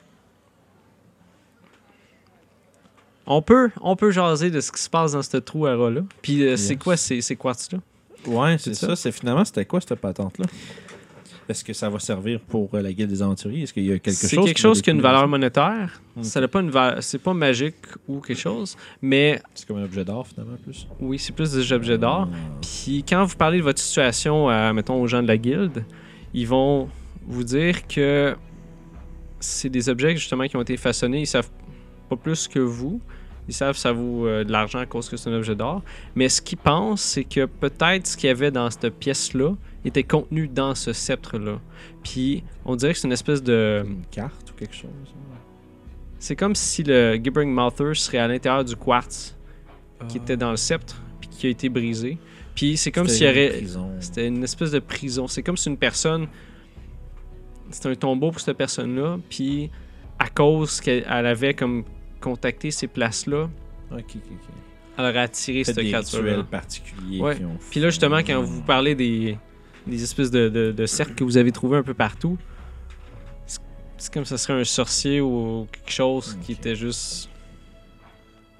Speaker 2: on peut, on peut jaser de ce qui se passe dans ce trou à rat-là. Puis euh, c'est
Speaker 3: Yes.
Speaker 2: quoi ces, ces quartz-là?
Speaker 3: Ouais, c'est
Speaker 2: ça.
Speaker 3: ça. C'est finalement, c'était quoi cette patente-là Est-ce que ça va servir pour euh, la guilde des aventuriers Est-ce qu'il y a quelque chose
Speaker 2: C'est quelque chose qui a une valeur
Speaker 3: monétaire.
Speaker 2: monétaire.
Speaker 3: Ok.
Speaker 2: Ça n'a pas une valeur, c'est pas magique ou quelque chose, mais
Speaker 3: C'est comme un objet d'or finalement plus. Euh,
Speaker 2: oui, c'est plus des objets d'or. Puis quand vous parlez de votre situation, à, mettons aux gens de la guilde, ils vont vous dire que c'est des objets justement qui ont été façonnés. Ils savent pas plus que vous. Ils savent que ça vaut euh, de l'argent à cause que c'est un objet d'or. Mais ce qu'ils pensent, c'est que peut-être ce qu'il y avait dans cette pièce-là était contenu dans ce sceptre-là. Puis on dirait que c'est une espèce de.
Speaker 3: Une carte ou quelque chose. ouais.
Speaker 2: C'est comme si le Gibbering Mouther serait à l'intérieur du quartz qui était dans le sceptre puis qui a été brisé. Puis c'est comme
Speaker 3: C'était
Speaker 2: s'il y
Speaker 3: une
Speaker 2: aurait.
Speaker 3: prison.
Speaker 2: C'était une espèce de prison. C'est comme si une personne. C'était un tombeau pour cette personne-là. Puis à cause qu'elle elle avait comme contacté ces places-là,
Speaker 3: Ok, ok, ok.
Speaker 2: elle aurait attiré cette
Speaker 3: Peut-être des rituels
Speaker 2: créature-là.
Speaker 3: particuliers.
Speaker 2: Ouais.
Speaker 3: qui ont
Speaker 2: Puis là, justement,
Speaker 3: fait-
Speaker 2: quand vous parlez des, des espèces de, de, de cercles que vous avez trouvés un peu partout, c'est- c'est comme ça serait un sorcier ou quelque chose qui
Speaker 3: Ok.
Speaker 2: était juste.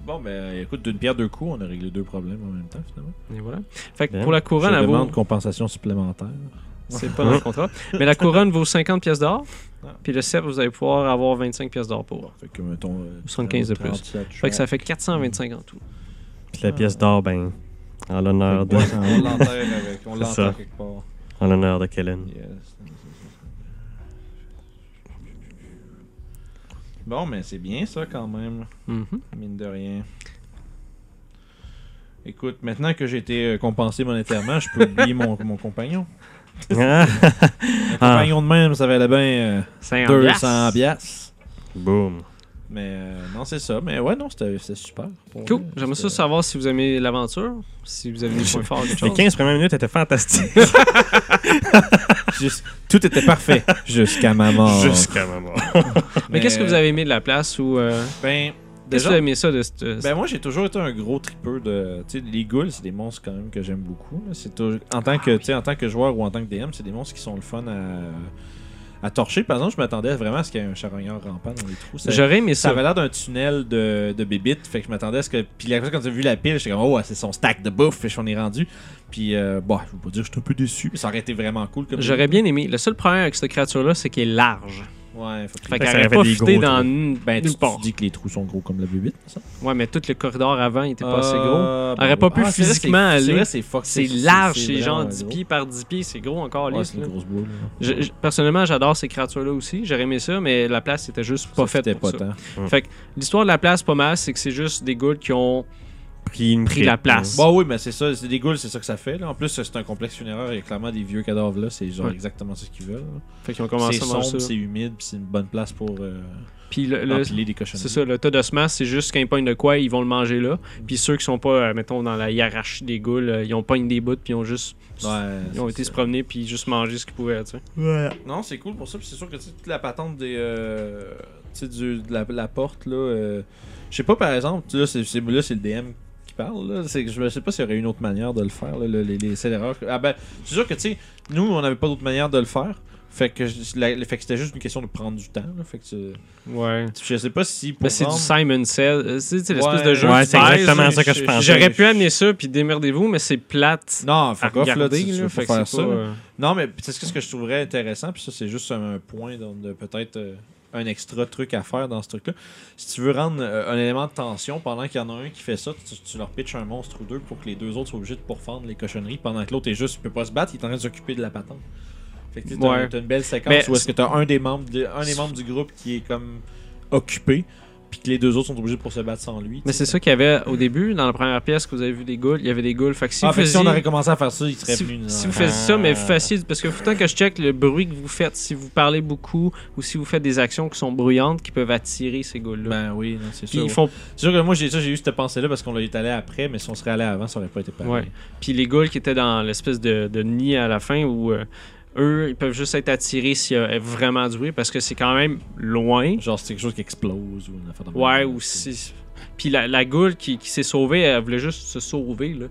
Speaker 3: Bon, ben écoute, d'une pierre deux coups, on a réglé deux problèmes en même temps finalement.
Speaker 2: Et voilà. Fait que
Speaker 4: Bien.
Speaker 2: pour la
Speaker 3: Ben, Je
Speaker 2: couronne, elle vaut.
Speaker 3: demande compensation supplémentaire.
Speaker 2: C'est pas dans le contrat. Mais la couronne vaut 50 pièces d'or.
Speaker 3: Ah.
Speaker 2: Puis le sceptre, vous allez pouvoir avoir 25 pièces d'or pour.
Speaker 3: Bon, fait que mettons. euh,
Speaker 2: 75 de plus.
Speaker 3: 37
Speaker 2: Fait que ça fait 425 en tout.
Speaker 4: Puis la pièce d'or, ben, en l'honneur de,
Speaker 3: On l'enterre avec, on
Speaker 4: C'est
Speaker 3: l'enterre
Speaker 4: ça.
Speaker 3: quelque part.
Speaker 4: en l'honneur de Kellen.
Speaker 3: Yes. Bon, mais c'est bien ça quand même,
Speaker 2: Mhm.
Speaker 3: mine de rien. Écoute, maintenant que j'ai été euh, compensé monétairement, je peux oublier mon, mon compagnon.
Speaker 4: Ah!
Speaker 3: Mon
Speaker 4: Ah.
Speaker 3: compagnon de même, ça valait bien euh, 200 biasses.
Speaker 4: Boom!
Speaker 3: Mais euh, non, c'est ça. Mais ouais, non, c'était c'était super. Pour
Speaker 2: Cool.
Speaker 3: vrai,
Speaker 2: J'aimerais ça
Speaker 3: c'était-
Speaker 2: savoir si vous aimez l'aventure, si vous avez des points forts, quelque
Speaker 4: Les
Speaker 3: Oh.
Speaker 2: chose.
Speaker 4: 15 premières minutes étaient fantastiques
Speaker 3: Juste- tout était parfait jusqu'à ma mort.
Speaker 4: jusqu'à ma mort.
Speaker 2: Mais qu'est-ce
Speaker 3: Euh,
Speaker 2: que vous avez aimé de la place ou. euh,
Speaker 3: Ben,
Speaker 2: Qu'est-ce que
Speaker 3: déjà,
Speaker 2: vous avez aimé ça de cette. euh,
Speaker 3: ben moi, j'ai toujours été un gros tripeur de. Tu sais, les ghouls, c'est des monstres quand même que j'aime beaucoup. là. C'est tou- en, tant que, tu sais, en tant que joueur ou en tant que DM, c'est des monstres qui sont le fun à, À torcher, par exemple, je m'attendais vraiment à ce qu'il y ait un charognard rampant dans les trous. Ça,
Speaker 2: J'aurais aimé
Speaker 3: ça
Speaker 2: ça.
Speaker 3: avait l'air d'un tunnel de, de bébites, fait que je m'attendais à ce que. Puis la fois, quand j'ai vu la pile, j'étais comme, oh, c'est son stack de bouffe, fait que j'en ai rendu. Puis, euh, bon, je veux pas dire, que j'étais un peu déçu, mais ça aurait été vraiment cool. comme
Speaker 2: J'aurais bien aimé. Le seul problème avec cette créature-là, c'est qu'elle est large.
Speaker 3: Ouais, faut que-
Speaker 2: Fait
Speaker 4: que ça
Speaker 2: qu'elle aurait
Speaker 4: avait
Speaker 2: pas
Speaker 4: des
Speaker 2: fité
Speaker 4: gros
Speaker 2: dans
Speaker 4: trous.
Speaker 2: une
Speaker 3: Ben, tu,
Speaker 2: nulle
Speaker 3: tu
Speaker 2: part.
Speaker 3: dis que les trous sont gros comme la bébite, ça?
Speaker 2: Ouais, mais tout le corridor avant, il était pas assez gros.
Speaker 3: Euh,
Speaker 2: Aurait pas pu
Speaker 3: c'est vrai,
Speaker 2: physiquement
Speaker 3: c'est- c'est
Speaker 2: aller.
Speaker 3: vrai, Ah, C'est fuck,
Speaker 2: C'est large, c'est genre
Speaker 3: vraiment
Speaker 2: 10
Speaker 3: gros.
Speaker 2: pieds par 10 pieds, c'est gros encore.
Speaker 3: Ouais,
Speaker 2: lisse,
Speaker 3: c'est une
Speaker 2: là.
Speaker 3: grosse boule.
Speaker 2: Je- je- personnellement, j'adore ces créatures-là aussi. J'aurais aimé ça, mais la place était juste pas faite
Speaker 3: C'était
Speaker 2: pour
Speaker 3: pas
Speaker 2: ça.
Speaker 3: tant.
Speaker 2: L'histoire de la place, pas mal, c'est que c'est juste des gouttes qui ont...
Speaker 4: Pris, une
Speaker 2: Pris
Speaker 4: crêpe,
Speaker 2: la place.
Speaker 3: Bah oui, mais c'est ça, c'est des ghouls, c'est ça que ça fait. Là. En plus, c'est un complexe funéraire, il y a clairement des vieux cadavres là, c'est genre
Speaker 2: Ouais.
Speaker 3: exactement ce qu'ils veulent.
Speaker 2: Fait qu'ils ont
Speaker 3: C'est
Speaker 2: commencé à manger
Speaker 3: sombre,
Speaker 2: ça.
Speaker 3: c'est Ah, humide, puis c'est une bonne place pour euh,
Speaker 2: Puis le- le-
Speaker 3: empiler des cochonneries.
Speaker 2: c'est ça, le tas d'ossements, c'est juste qu'un pogne de quoi, ils vont le manger là. Puis ceux qui sont pas, euh, mettons, dans la hiérarchie des goules, euh, ils ont pogné des bouts, puis ils ont juste...
Speaker 3: Ouais,
Speaker 2: Ils ont
Speaker 3: c'est
Speaker 2: été
Speaker 3: ça.
Speaker 2: se promener puis juste manger ce qu'ils pouvaient, tu sais.
Speaker 3: Non, c'est cool pour ça. Puis c'est sûr que tu sais, toute la patente des, euh, tu sais, du- de la, la porte, là. euh, je sais pas, par exemple, là, c'est c'est- là, c'est le DM qui parle. Là, C'est que je sais pas s'il y aurait une autre manière de le faire, là, le- les, les scélérats. Ah ben, c'est sûr que, tu sais, nous, on n'avait pas d'autre manière de le faire. Fait que, je- la- fait que c'était juste une question de prendre du temps. là. fait que tu-
Speaker 2: Ouais.
Speaker 3: je sais pas si
Speaker 2: Mais
Speaker 3: pour
Speaker 2: Ben, c'est du
Speaker 3: rendre-
Speaker 2: Simon Says. euh, C'est c'est l'espèce
Speaker 3: Ouais,
Speaker 2: de jeu
Speaker 4: Ouais,
Speaker 2: que tu
Speaker 4: c'est
Speaker 2: fais,
Speaker 4: exactement
Speaker 2: là.
Speaker 4: ça que je pensais.
Speaker 2: J'aurais pu amener ça puis démerdez-vous, mais c'est plate
Speaker 3: Non,
Speaker 2: à
Speaker 3: fuck off, là,
Speaker 2: regarder.
Speaker 3: tu- tu
Speaker 2: là,
Speaker 3: veux
Speaker 2: fait que
Speaker 3: pas faire
Speaker 2: c'est
Speaker 3: ça.
Speaker 2: pas,
Speaker 3: là.
Speaker 2: euh,
Speaker 3: Non, mais c'est ce que je trouverais intéressant, puis ça, c'est juste un, un point donc, de peut-être euh, un extra truc à faire dans ce truc-là. Si tu veux rendre euh, un élément de tension pendant qu'il y en a un qui fait ça, tu, tu leur pitches un monstre ou deux pour que les deux autres soient obligés de pourfendre les cochonneries pendant que l'autre est juste, il peut pas se battre, il est en train de s'occuper de la patente. Fait que tu sais, t'as
Speaker 2: Ouais.
Speaker 3: t'as une belle séquence
Speaker 2: Mais
Speaker 3: où est-ce que t'as un des membres de- un des membres du groupe qui est comme occupé, puis que les deux autres sont obligés pour se battre sans lui.
Speaker 2: Mais
Speaker 3: tu
Speaker 2: c'est
Speaker 3: sais.
Speaker 2: ça qu'il y avait au début, dans la première pièce que vous avez vu des ghouls, il y avait des ghouls. Fait que si
Speaker 3: Ah,
Speaker 2: vous
Speaker 3: fait que si
Speaker 2: faisiez,
Speaker 3: on aurait commencé à faire ça, il serait
Speaker 2: si-
Speaker 3: venu.
Speaker 2: si vous faisiez ça, mais facile, parce que faut tant que je check le bruit que vous faites, si vous parlez beaucoup ou si vous faites des actions qui sont bruyantes, qui peuvent attirer ces ghouls-là.
Speaker 3: Ben oui, non, c'est
Speaker 2: puis
Speaker 3: sûr.
Speaker 2: ils font,
Speaker 3: C'est sûr que moi, j'ai ça, j'ai eu cette pensée-là parce qu'on l'a étalé après, mais si on serait allé avant, ça aurait pas été pareil.
Speaker 2: ouais. Puis les ghouls qui étaient dans l'espèce de, de nid à la fin où euh, eux, ils peuvent juste être attirés s'il y a vraiment du bruit, parce que c'est quand même loin.
Speaker 3: Genre, c'est quelque chose qui explose ou une affaire de
Speaker 2: Ouais,
Speaker 3: même.
Speaker 2: ou si. Puis la, la goule qui, qui s'est sauvée, elle voulait juste se sauver. Là.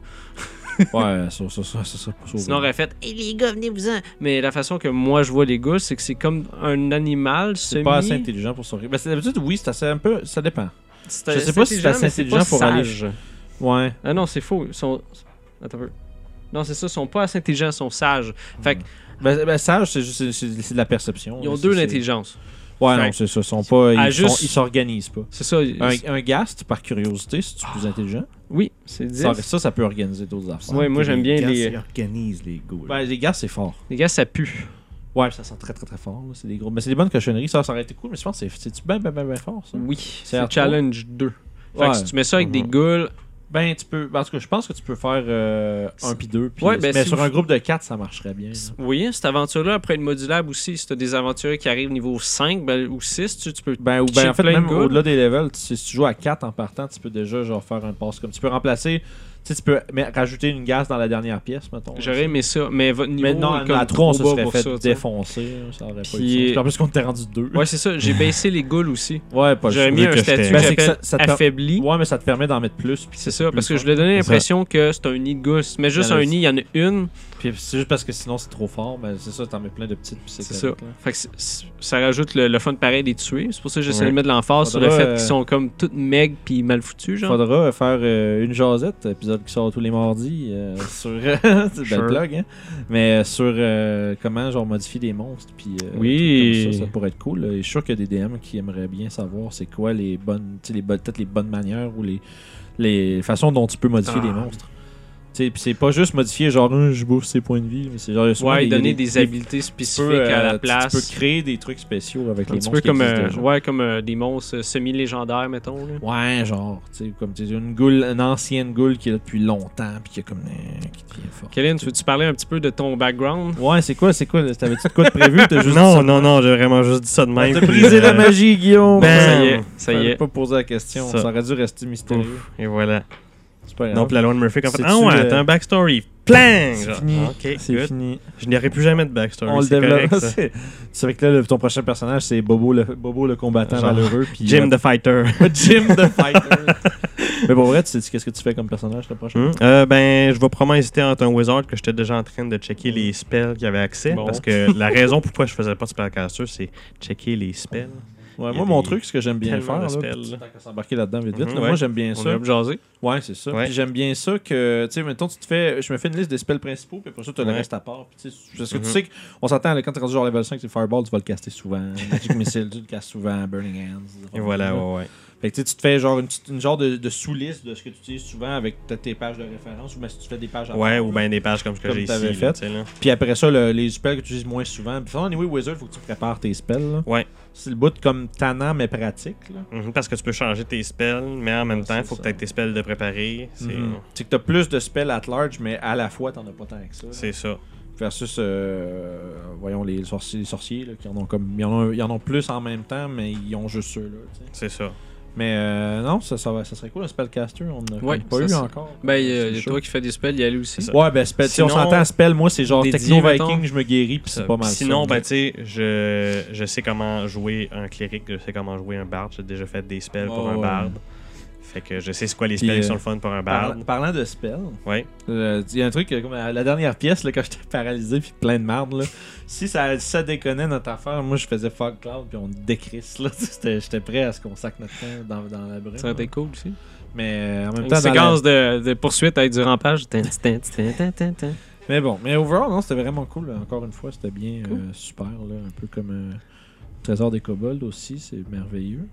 Speaker 3: Ouais, ça, ça, ça, ça, ça, ça.
Speaker 2: Sinon, elle aurait fait Hey les gars, venez-vous-en. Mais la façon que moi je vois les goules, c'est que c'est comme un animal
Speaker 3: c'est
Speaker 2: semi.
Speaker 3: pas assez intelligent pour sourire. Ben, c'est d'habitude, oui, c'est assez un peu. Ça dépend.
Speaker 2: C'est-
Speaker 3: Je sais pas si c'est assez
Speaker 2: mais
Speaker 3: intelligent pour aller-
Speaker 2: sage.
Speaker 3: Ouais.
Speaker 2: Ah non, c'est faux. Ils sont. Attends un peu. Non, c'est ça, ils sont pas assez intelligents, ils sont sages. Fait qu'ils
Speaker 3: Ben, ben, sage, c'est juste c'est- c'est- c'est de la perception.
Speaker 2: ont
Speaker 3: là, c'est-
Speaker 2: deux
Speaker 3: c'est-
Speaker 2: d'intelligence.
Speaker 3: Ouais,
Speaker 2: Fait-
Speaker 3: non, c'est ça. Ils sont pas.
Speaker 2: Ah,
Speaker 3: Ils sont-
Speaker 2: juste-
Speaker 3: ils s'organisent pas.
Speaker 2: C'est ça. ils-
Speaker 3: Un, un gast, par curiosité, si tu es plus intelligent,
Speaker 2: Oui, c'est 10.
Speaker 3: ça, ça, ça peut organiser d'autres affaires.
Speaker 2: Ouais, moi j'aime bien
Speaker 5: gars,
Speaker 2: les.
Speaker 5: Ils organisent les ghouls.
Speaker 3: Ben, les gars, c'est fort.
Speaker 2: Les gars, ça pue.
Speaker 3: Ouais, ça sent très très très fort. là. C'est des gros. Mais c'est des bonnes cochonneries. Ça, ça aurait été cool, mais je pense que c'est- c'est-tu ben ben ben ben fort, ça?
Speaker 2: Oui.
Speaker 3: C'est
Speaker 2: C'est
Speaker 3: hardcore.
Speaker 2: challenge 2. Fait
Speaker 3: Ouais. Mhm.
Speaker 2: que si tu mets ça avec des goules,
Speaker 3: Ben, tu peux. En tout cas, je pense que tu peux faire euh, un puis deux. Puis,
Speaker 2: Ouais, ben,
Speaker 3: mais
Speaker 2: si
Speaker 3: sur
Speaker 2: vous-
Speaker 3: un groupe de quatre, ça marcherait bien. là.
Speaker 2: Oui, cette aventure-là, après une modulable aussi, si t'as des aventuriers qui arrivent niveau 5 ben, ou 6, tu, tu peux.
Speaker 3: Ben, ou ben, en
Speaker 2: Pitcher
Speaker 3: fait,
Speaker 2: plein
Speaker 3: même
Speaker 2: de gouttes.
Speaker 3: au-delà des levels, tu sais, si tu joues à 4 en partant, tu peux déjà genre faire un pass comme. Tu peux remplacer. Tu sais, tu peux mais, rajouter une gaz dans la dernière pièce, mettons.
Speaker 2: J'aurais aimé ça, mais votre niveau
Speaker 3: Mais non,
Speaker 2: est
Speaker 3: à
Speaker 2: comme
Speaker 3: la 3, on se
Speaker 2: trop bas
Speaker 3: serait
Speaker 2: pour
Speaker 3: fait
Speaker 2: ça, tu sais.
Speaker 3: défoncer. là, Ça aurait pas
Speaker 2: Puis-
Speaker 3: eu de sens. Puis En plus, qu'on était rendu 2.
Speaker 2: Ouais, c'est ça. J'ai baissé les goules aussi.
Speaker 3: ouais, pas le
Speaker 2: J'aurais
Speaker 3: choix.
Speaker 2: mis
Speaker 4: que
Speaker 2: un
Speaker 4: je
Speaker 2: statut
Speaker 4: t'ai-
Speaker 2: que
Speaker 3: Ben, c'est que
Speaker 2: j'appelle
Speaker 3: ça- ça te per-
Speaker 2: affaibli.
Speaker 3: Ouais, mais ça te permet d'en mettre plus. Puis
Speaker 2: C'est ça, parce que
Speaker 3: plus
Speaker 2: je voulais donner
Speaker 3: C'est ça.
Speaker 2: l'impression que c'est un nid de goules. Mais juste
Speaker 3: Il y en a
Speaker 2: un nid, il y en a une.
Speaker 3: Puis c'est juste parce que sinon, c'est trop fort. Mais c'est ça, t'en mets plein de petites. Puis c'est
Speaker 2: C'est
Speaker 3: correct, là.
Speaker 2: Fait que c'est- c'est- ça rajoute le, le fun pareil des tuer. C'est pour ça que j'essaie
Speaker 4: Ouais.
Speaker 2: de mettre de l'emphase sur le
Speaker 3: Faudra,
Speaker 2: fait
Speaker 3: euh,
Speaker 2: qu'ils sont comme toutes maigres puis mal foutues, genre.
Speaker 3: Faudra euh, faire euh, une jasette, épisode qui sort tous les mardis, euh, sur. c'est une belle
Speaker 2: Sure.
Speaker 3: plug, hein? Mais euh, sur euh, comment genre modifier des monstres, puis. euh,
Speaker 2: Oui.
Speaker 3: des trucs comme Ça, ça pourrait être cool. là. Et je suis sûr qu'il y a des DM qui aimeraient bien savoir c'est quoi les bonnes. tu sais, les bonnes- peut-être les bonnes manières ou les, les façons dont tu peux modifier
Speaker 2: Ah.
Speaker 3: des monstres. Tu sais, puis c'est pas juste modifier genre Hum, je bouffe ses points de vie, mais c'est genre. il y a souvent
Speaker 2: Ouais, donner
Speaker 3: tu
Speaker 2: des
Speaker 3: peux,
Speaker 2: habilités spécifiques
Speaker 3: euh,
Speaker 2: à
Speaker 3: tu-
Speaker 2: la place.
Speaker 3: Tu peux créer des trucs spéciaux avec
Speaker 2: un
Speaker 3: les
Speaker 2: petit
Speaker 3: monstres.
Speaker 2: peu
Speaker 3: qui
Speaker 2: comme,
Speaker 3: existent
Speaker 2: euh,
Speaker 3: déjà.
Speaker 2: ouais, comme euh, des monstres euh, semi-légendaires, mettons. là.
Speaker 3: Ouais, genre, tu sais, comme tu dis, une goule, une ancienne goule qui est là depuis longtemps, puis qui est comme. euh, qui devient forte.
Speaker 2: Kellen, tu veux-tu parler un petit peu de ton background?
Speaker 3: Ouais, c'est quoi, c'est quoi, là? t'avais-tu de quoi de prévu? T'as juste
Speaker 4: Non,
Speaker 3: dit
Speaker 4: non, non, j'ai vraiment juste dit ça de
Speaker 3: ça.
Speaker 4: même.
Speaker 3: T'as
Speaker 4: puis,
Speaker 3: brisé
Speaker 4: euh,
Speaker 3: la magie, Guillaume!
Speaker 4: ben,
Speaker 2: Ça y est, ça y
Speaker 3: Fallait
Speaker 2: est.
Speaker 3: pas poser la question, ça,
Speaker 4: Ça.
Speaker 3: aurait dû rester mystérieux.
Speaker 4: Et voilà.
Speaker 3: C'est pas grave.
Speaker 4: Non, puis la loi de Murphy, en fait,
Speaker 3: C'est-tu
Speaker 4: ah ouais,
Speaker 3: le-
Speaker 4: t'as un backstory. Plan!
Speaker 3: euh, C'est
Speaker 4: genre.
Speaker 3: fini.
Speaker 4: Ok,
Speaker 3: C'est
Speaker 4: good.
Speaker 3: fini.
Speaker 4: Je n'y aurai plus jamais de backstory.
Speaker 3: On le
Speaker 4: c'est
Speaker 3: développe.
Speaker 4: correct, ça.
Speaker 3: C'est c'est vrai que là, le- ton prochain personnage, c'est Bobo le, Bobo le combattant
Speaker 4: Genre,
Speaker 3: malheureux. Puis euh,
Speaker 4: Jim the Fighter.
Speaker 3: the... Jim the Fighter. Mais pour vrai, tu sais qu'est-ce que tu fais comme personnage le prochain?
Speaker 4: Hmm. Euh, ben, je vais probablement hésiter entre un wizard que j'étais déjà en train de checker les spells qu'il y avait accès.
Speaker 3: Bon.
Speaker 4: Parce que la raison pourquoi je faisais pas de spellcaster, c'est checker les spells.
Speaker 3: Ouais,
Speaker 4: Il y
Speaker 3: moi,
Speaker 4: a
Speaker 3: mon
Speaker 4: des-
Speaker 3: truc, ce que j'aime bien
Speaker 4: tellement
Speaker 3: faire,
Speaker 4: de
Speaker 3: là,
Speaker 4: spells,
Speaker 3: puis
Speaker 4: là.
Speaker 3: tant qu'à s'embarquer là-dedans vite vite,
Speaker 4: Mhm,
Speaker 3: là,
Speaker 4: ouais.
Speaker 3: moi j'aime bien
Speaker 2: On
Speaker 3: ça.
Speaker 2: vient de jaser.
Speaker 3: Ouais, c'est ça.
Speaker 4: Ouais.
Speaker 3: Puis j'aime bien ça que, tu sais, mettons, tu te fais, je me fais une liste des spells principaux, puis après ça, tu as le
Speaker 4: Ouais.
Speaker 3: reste à part. Puis, tu sais, parce que
Speaker 4: Mhm.
Speaker 3: tu sais qu'on s'entend, là, quand tu rendu genre level 5, c'est Fireball, tu vas le caster souvent. Magic Missile, tu le castes souvent. Burning Hands. des
Speaker 4: Et
Speaker 3: affaires
Speaker 4: voilà,
Speaker 3: comme ça.
Speaker 4: ouais, ouais.
Speaker 3: Fait que tu sais, tu te fais genre une, petite- une genre de, de sous-liste de ce que tu utilises souvent avec peut-être tes pages de référence, ou bien si tu fais des pages à
Speaker 4: Ouais,
Speaker 3: part,
Speaker 4: ou
Speaker 3: là.
Speaker 4: bien des pages comme ce que
Speaker 3: Comme
Speaker 4: j'ai ici.
Speaker 3: t'avais
Speaker 4: là,
Speaker 3: fait.
Speaker 4: tu sais, là.
Speaker 3: Puis après ça, le- les spells que tu utilises moins souvent. Puis finalement, anyway, Wizard, faut que tu prépares tes spells. là.
Speaker 4: Ouais.
Speaker 3: C'est le bout de comme tannant, mais pratique. là.
Speaker 4: Mhm, Parce que tu peux changer tes spells, mais en même
Speaker 3: Ouais,
Speaker 4: temps, il
Speaker 3: c'est
Speaker 4: faut que
Speaker 3: ça.
Speaker 4: tu aies tes spells de préparer. C'est
Speaker 3: Mhm. C'est que t'as plus de spells at large, mais à la fois, t'en as pas tant que ça. là.
Speaker 4: c'est ça.
Speaker 3: Versus, euh, voyons, les sorciers, les sorciers là, qui en ont comme. Ils en ont, ils en ont plus en même temps, mais ils ont juste ceux-là. tu sais.
Speaker 4: C'est ça.
Speaker 3: Mais euh, non, ça, ça, va- ça serait cool, un spellcaster. On n'a
Speaker 2: Ouais,
Speaker 3: pas
Speaker 2: ça,
Speaker 3: eu
Speaker 2: c'est-
Speaker 3: encore.
Speaker 2: Ben, il y
Speaker 3: C'est
Speaker 2: a- il y a
Speaker 3: chaud.
Speaker 2: toi qui fais des spells, il y a lui aussi.
Speaker 4: C'est ça.
Speaker 3: Ouais, ben, spell, si on
Speaker 4: Sinon-
Speaker 3: s'entend, spell, moi, c'est genre
Speaker 2: Dédié,
Speaker 3: techno-viking,
Speaker 2: mettons.
Speaker 3: je me guéris, puis c'est pas mal. ça.
Speaker 4: Sinon, ben, tu sais, je, je sais comment jouer un cléric, je sais comment jouer un barde. J'ai déjà fait des spells pour
Speaker 3: Oh,
Speaker 4: un
Speaker 3: ouais.
Speaker 4: barde. Fait que je sais c'est quoi les
Speaker 3: Puis,
Speaker 4: spells qui
Speaker 3: euh,
Speaker 4: sont le fun pour un
Speaker 3: Parla-
Speaker 4: barde.
Speaker 3: parlant de spells,
Speaker 4: Ouais.
Speaker 3: euh, il y a un truc, euh, comme à la dernière pièce, là, quand j'étais paralysé, puis plein de marde, là, si ça, si ça déconnait notre affaire, moi, je faisais fuck cloud, puis on décrisse. là. C'était- J'étais prêt à ce qu'on sac notre temps dans, dans la brume.
Speaker 2: Ça aurait été cool aussi.
Speaker 3: Mais euh, en même
Speaker 2: Une
Speaker 3: temps, dans la-
Speaker 2: séquence de, de poursuite avec du rampage. Tin, tin, tin, tin, tin, tin.
Speaker 3: Mais bon, mais overall, non, c'était vraiment cool. là. Encore une fois, c'était bien euh, super. Là, un peu comme euh, Trésor des Kobolds aussi, c'est merveilleux.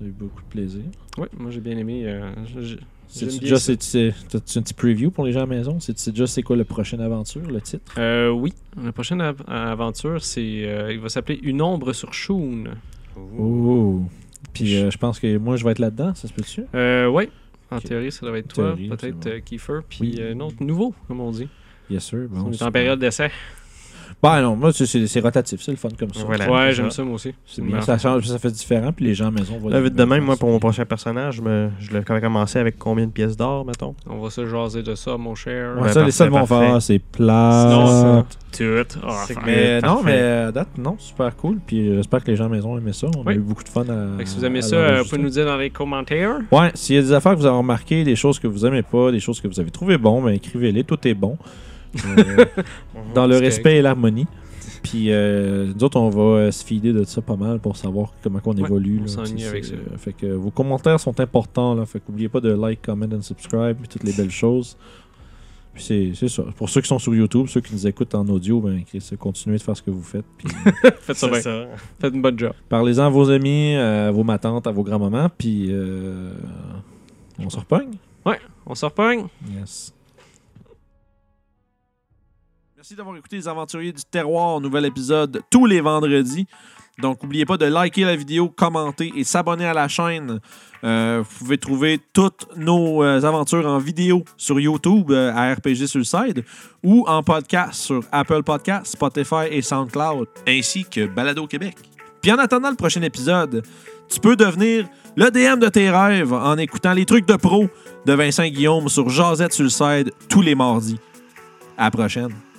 Speaker 3: J'ai eu beaucoup de plaisir.
Speaker 2: Ouais, moi j'ai bien aimé. euh, je- je-
Speaker 3: C'est
Speaker 2: J'aime bien
Speaker 3: déjà,
Speaker 2: ça.
Speaker 3: c'est, c'est- t'as-tu un petit preview pour les gens à la maison. C'est, c'est déjà c'est quoi la prochaine aventure, le titre.
Speaker 2: Euh, oui, la prochaine av- aventure, c'est, euh, il va s'appeler Une ombre sur Shun.
Speaker 3: Oh. Puis euh, je pense que moi, je vais être là-dedans. Ça se peut-tu?
Speaker 2: Euh, oui, en
Speaker 3: Ok.
Speaker 2: théorie, ça doit être toi,
Speaker 3: Théorie,
Speaker 2: peut-être
Speaker 3: c'est bon.
Speaker 2: euh, Kiefer, puis
Speaker 3: Oui.
Speaker 2: euh, un autre nouveau, comme on dit.
Speaker 3: Bien sûr. Bon,
Speaker 2: on est
Speaker 3: super.
Speaker 2: en période d'essai.
Speaker 3: Bah non, moi, c'est, c'est- c'est rotatif. C'est le fun comme ça.
Speaker 4: Voilà.
Speaker 2: Ouais,
Speaker 4: c'est
Speaker 2: j'aime
Speaker 4: ça.
Speaker 2: ça moi aussi.
Speaker 3: C'est bien. Ça, change, ça fait différent. Puis les gens à la maison vont
Speaker 4: Là,
Speaker 3: être-
Speaker 4: vite Euh, de même, moi, pour mon prochain personnage, je, me, je l'ai commencé avec combien de pièces d'or, mettons
Speaker 2: On va se jaser de ça, mon cher.
Speaker 3: Ouais,
Speaker 4: Ouais,
Speaker 3: ça, les
Speaker 4: parfait,
Speaker 3: seuls vont
Speaker 4: parfait.
Speaker 3: faire, c'est plat.
Speaker 2: ben, Sinon, Tout. Oh,
Speaker 3: Ah,
Speaker 4: C'est
Speaker 2: fuck.
Speaker 4: que-
Speaker 3: Mais
Speaker 4: Parfait.
Speaker 3: non, mais à date, non, super cool. Puis euh, j'espère que les gens à la maison ont aimé ça. On a
Speaker 2: Oui.
Speaker 3: eu beaucoup de fun à.
Speaker 2: Fait que si vous aimez
Speaker 3: à
Speaker 2: ça, euh, vous
Speaker 3: l'enregistrer.
Speaker 2: pouvez nous dire dans les commentaires.
Speaker 3: Ouais, s'il y a des affaires que vous avez remarquées, des choses que vous aimez pas, des choses que vous avez trouvées bon, ben écrivez-les, tout est bon. Euh, dans le
Speaker 2: c'est
Speaker 3: respect et l'harmonie. Puis euh, nous autres, on va euh, se fider de ça pas mal pour savoir comment qu'on
Speaker 2: Ouais,
Speaker 3: évolue.
Speaker 2: on
Speaker 3: là.
Speaker 2: s'ennuie
Speaker 3: C'est-
Speaker 2: avec
Speaker 3: c'est-
Speaker 2: ça.
Speaker 3: euh, fait que vos commentaires sont importants. Là, fait qu'oubliez pas de like, comment and subscribe, puis toutes les belles choses. Puis c'est, c'est ça. Pour ceux qui sont sur YouTube, ceux qui nous écoutent en audio, ben Chris, continuez de faire ce que vous faites. Puis
Speaker 2: Faites ça bien.
Speaker 4: ça.
Speaker 2: Faites une bonne job.
Speaker 3: Parlez-en à vos amis, à vos matantes, à vos grands-mamans, puis euh, on se repogne.
Speaker 2: On se repogne.
Speaker 3: Yes. Merci d'avoir écouté Les Aventuriers du Terroir, nouvel épisode tous les vendredis. Donc, n'oubliez pas de liker la vidéo, commenter et s'abonner à la chaîne. Euh, vous pouvez trouver toutes nos euh, aventures en vidéo sur YouTube euh, à RPG Suicide ou en podcast sur Apple Podcasts, Spotify et SoundCloud, ainsi que Balado Québec. Puis en attendant le prochain épisode, tu peux devenir le DM de tes rêves en écoutant les trucs de pro de Vincent Guillaume sur Jazette Suicide tous les mardis. À la prochaine.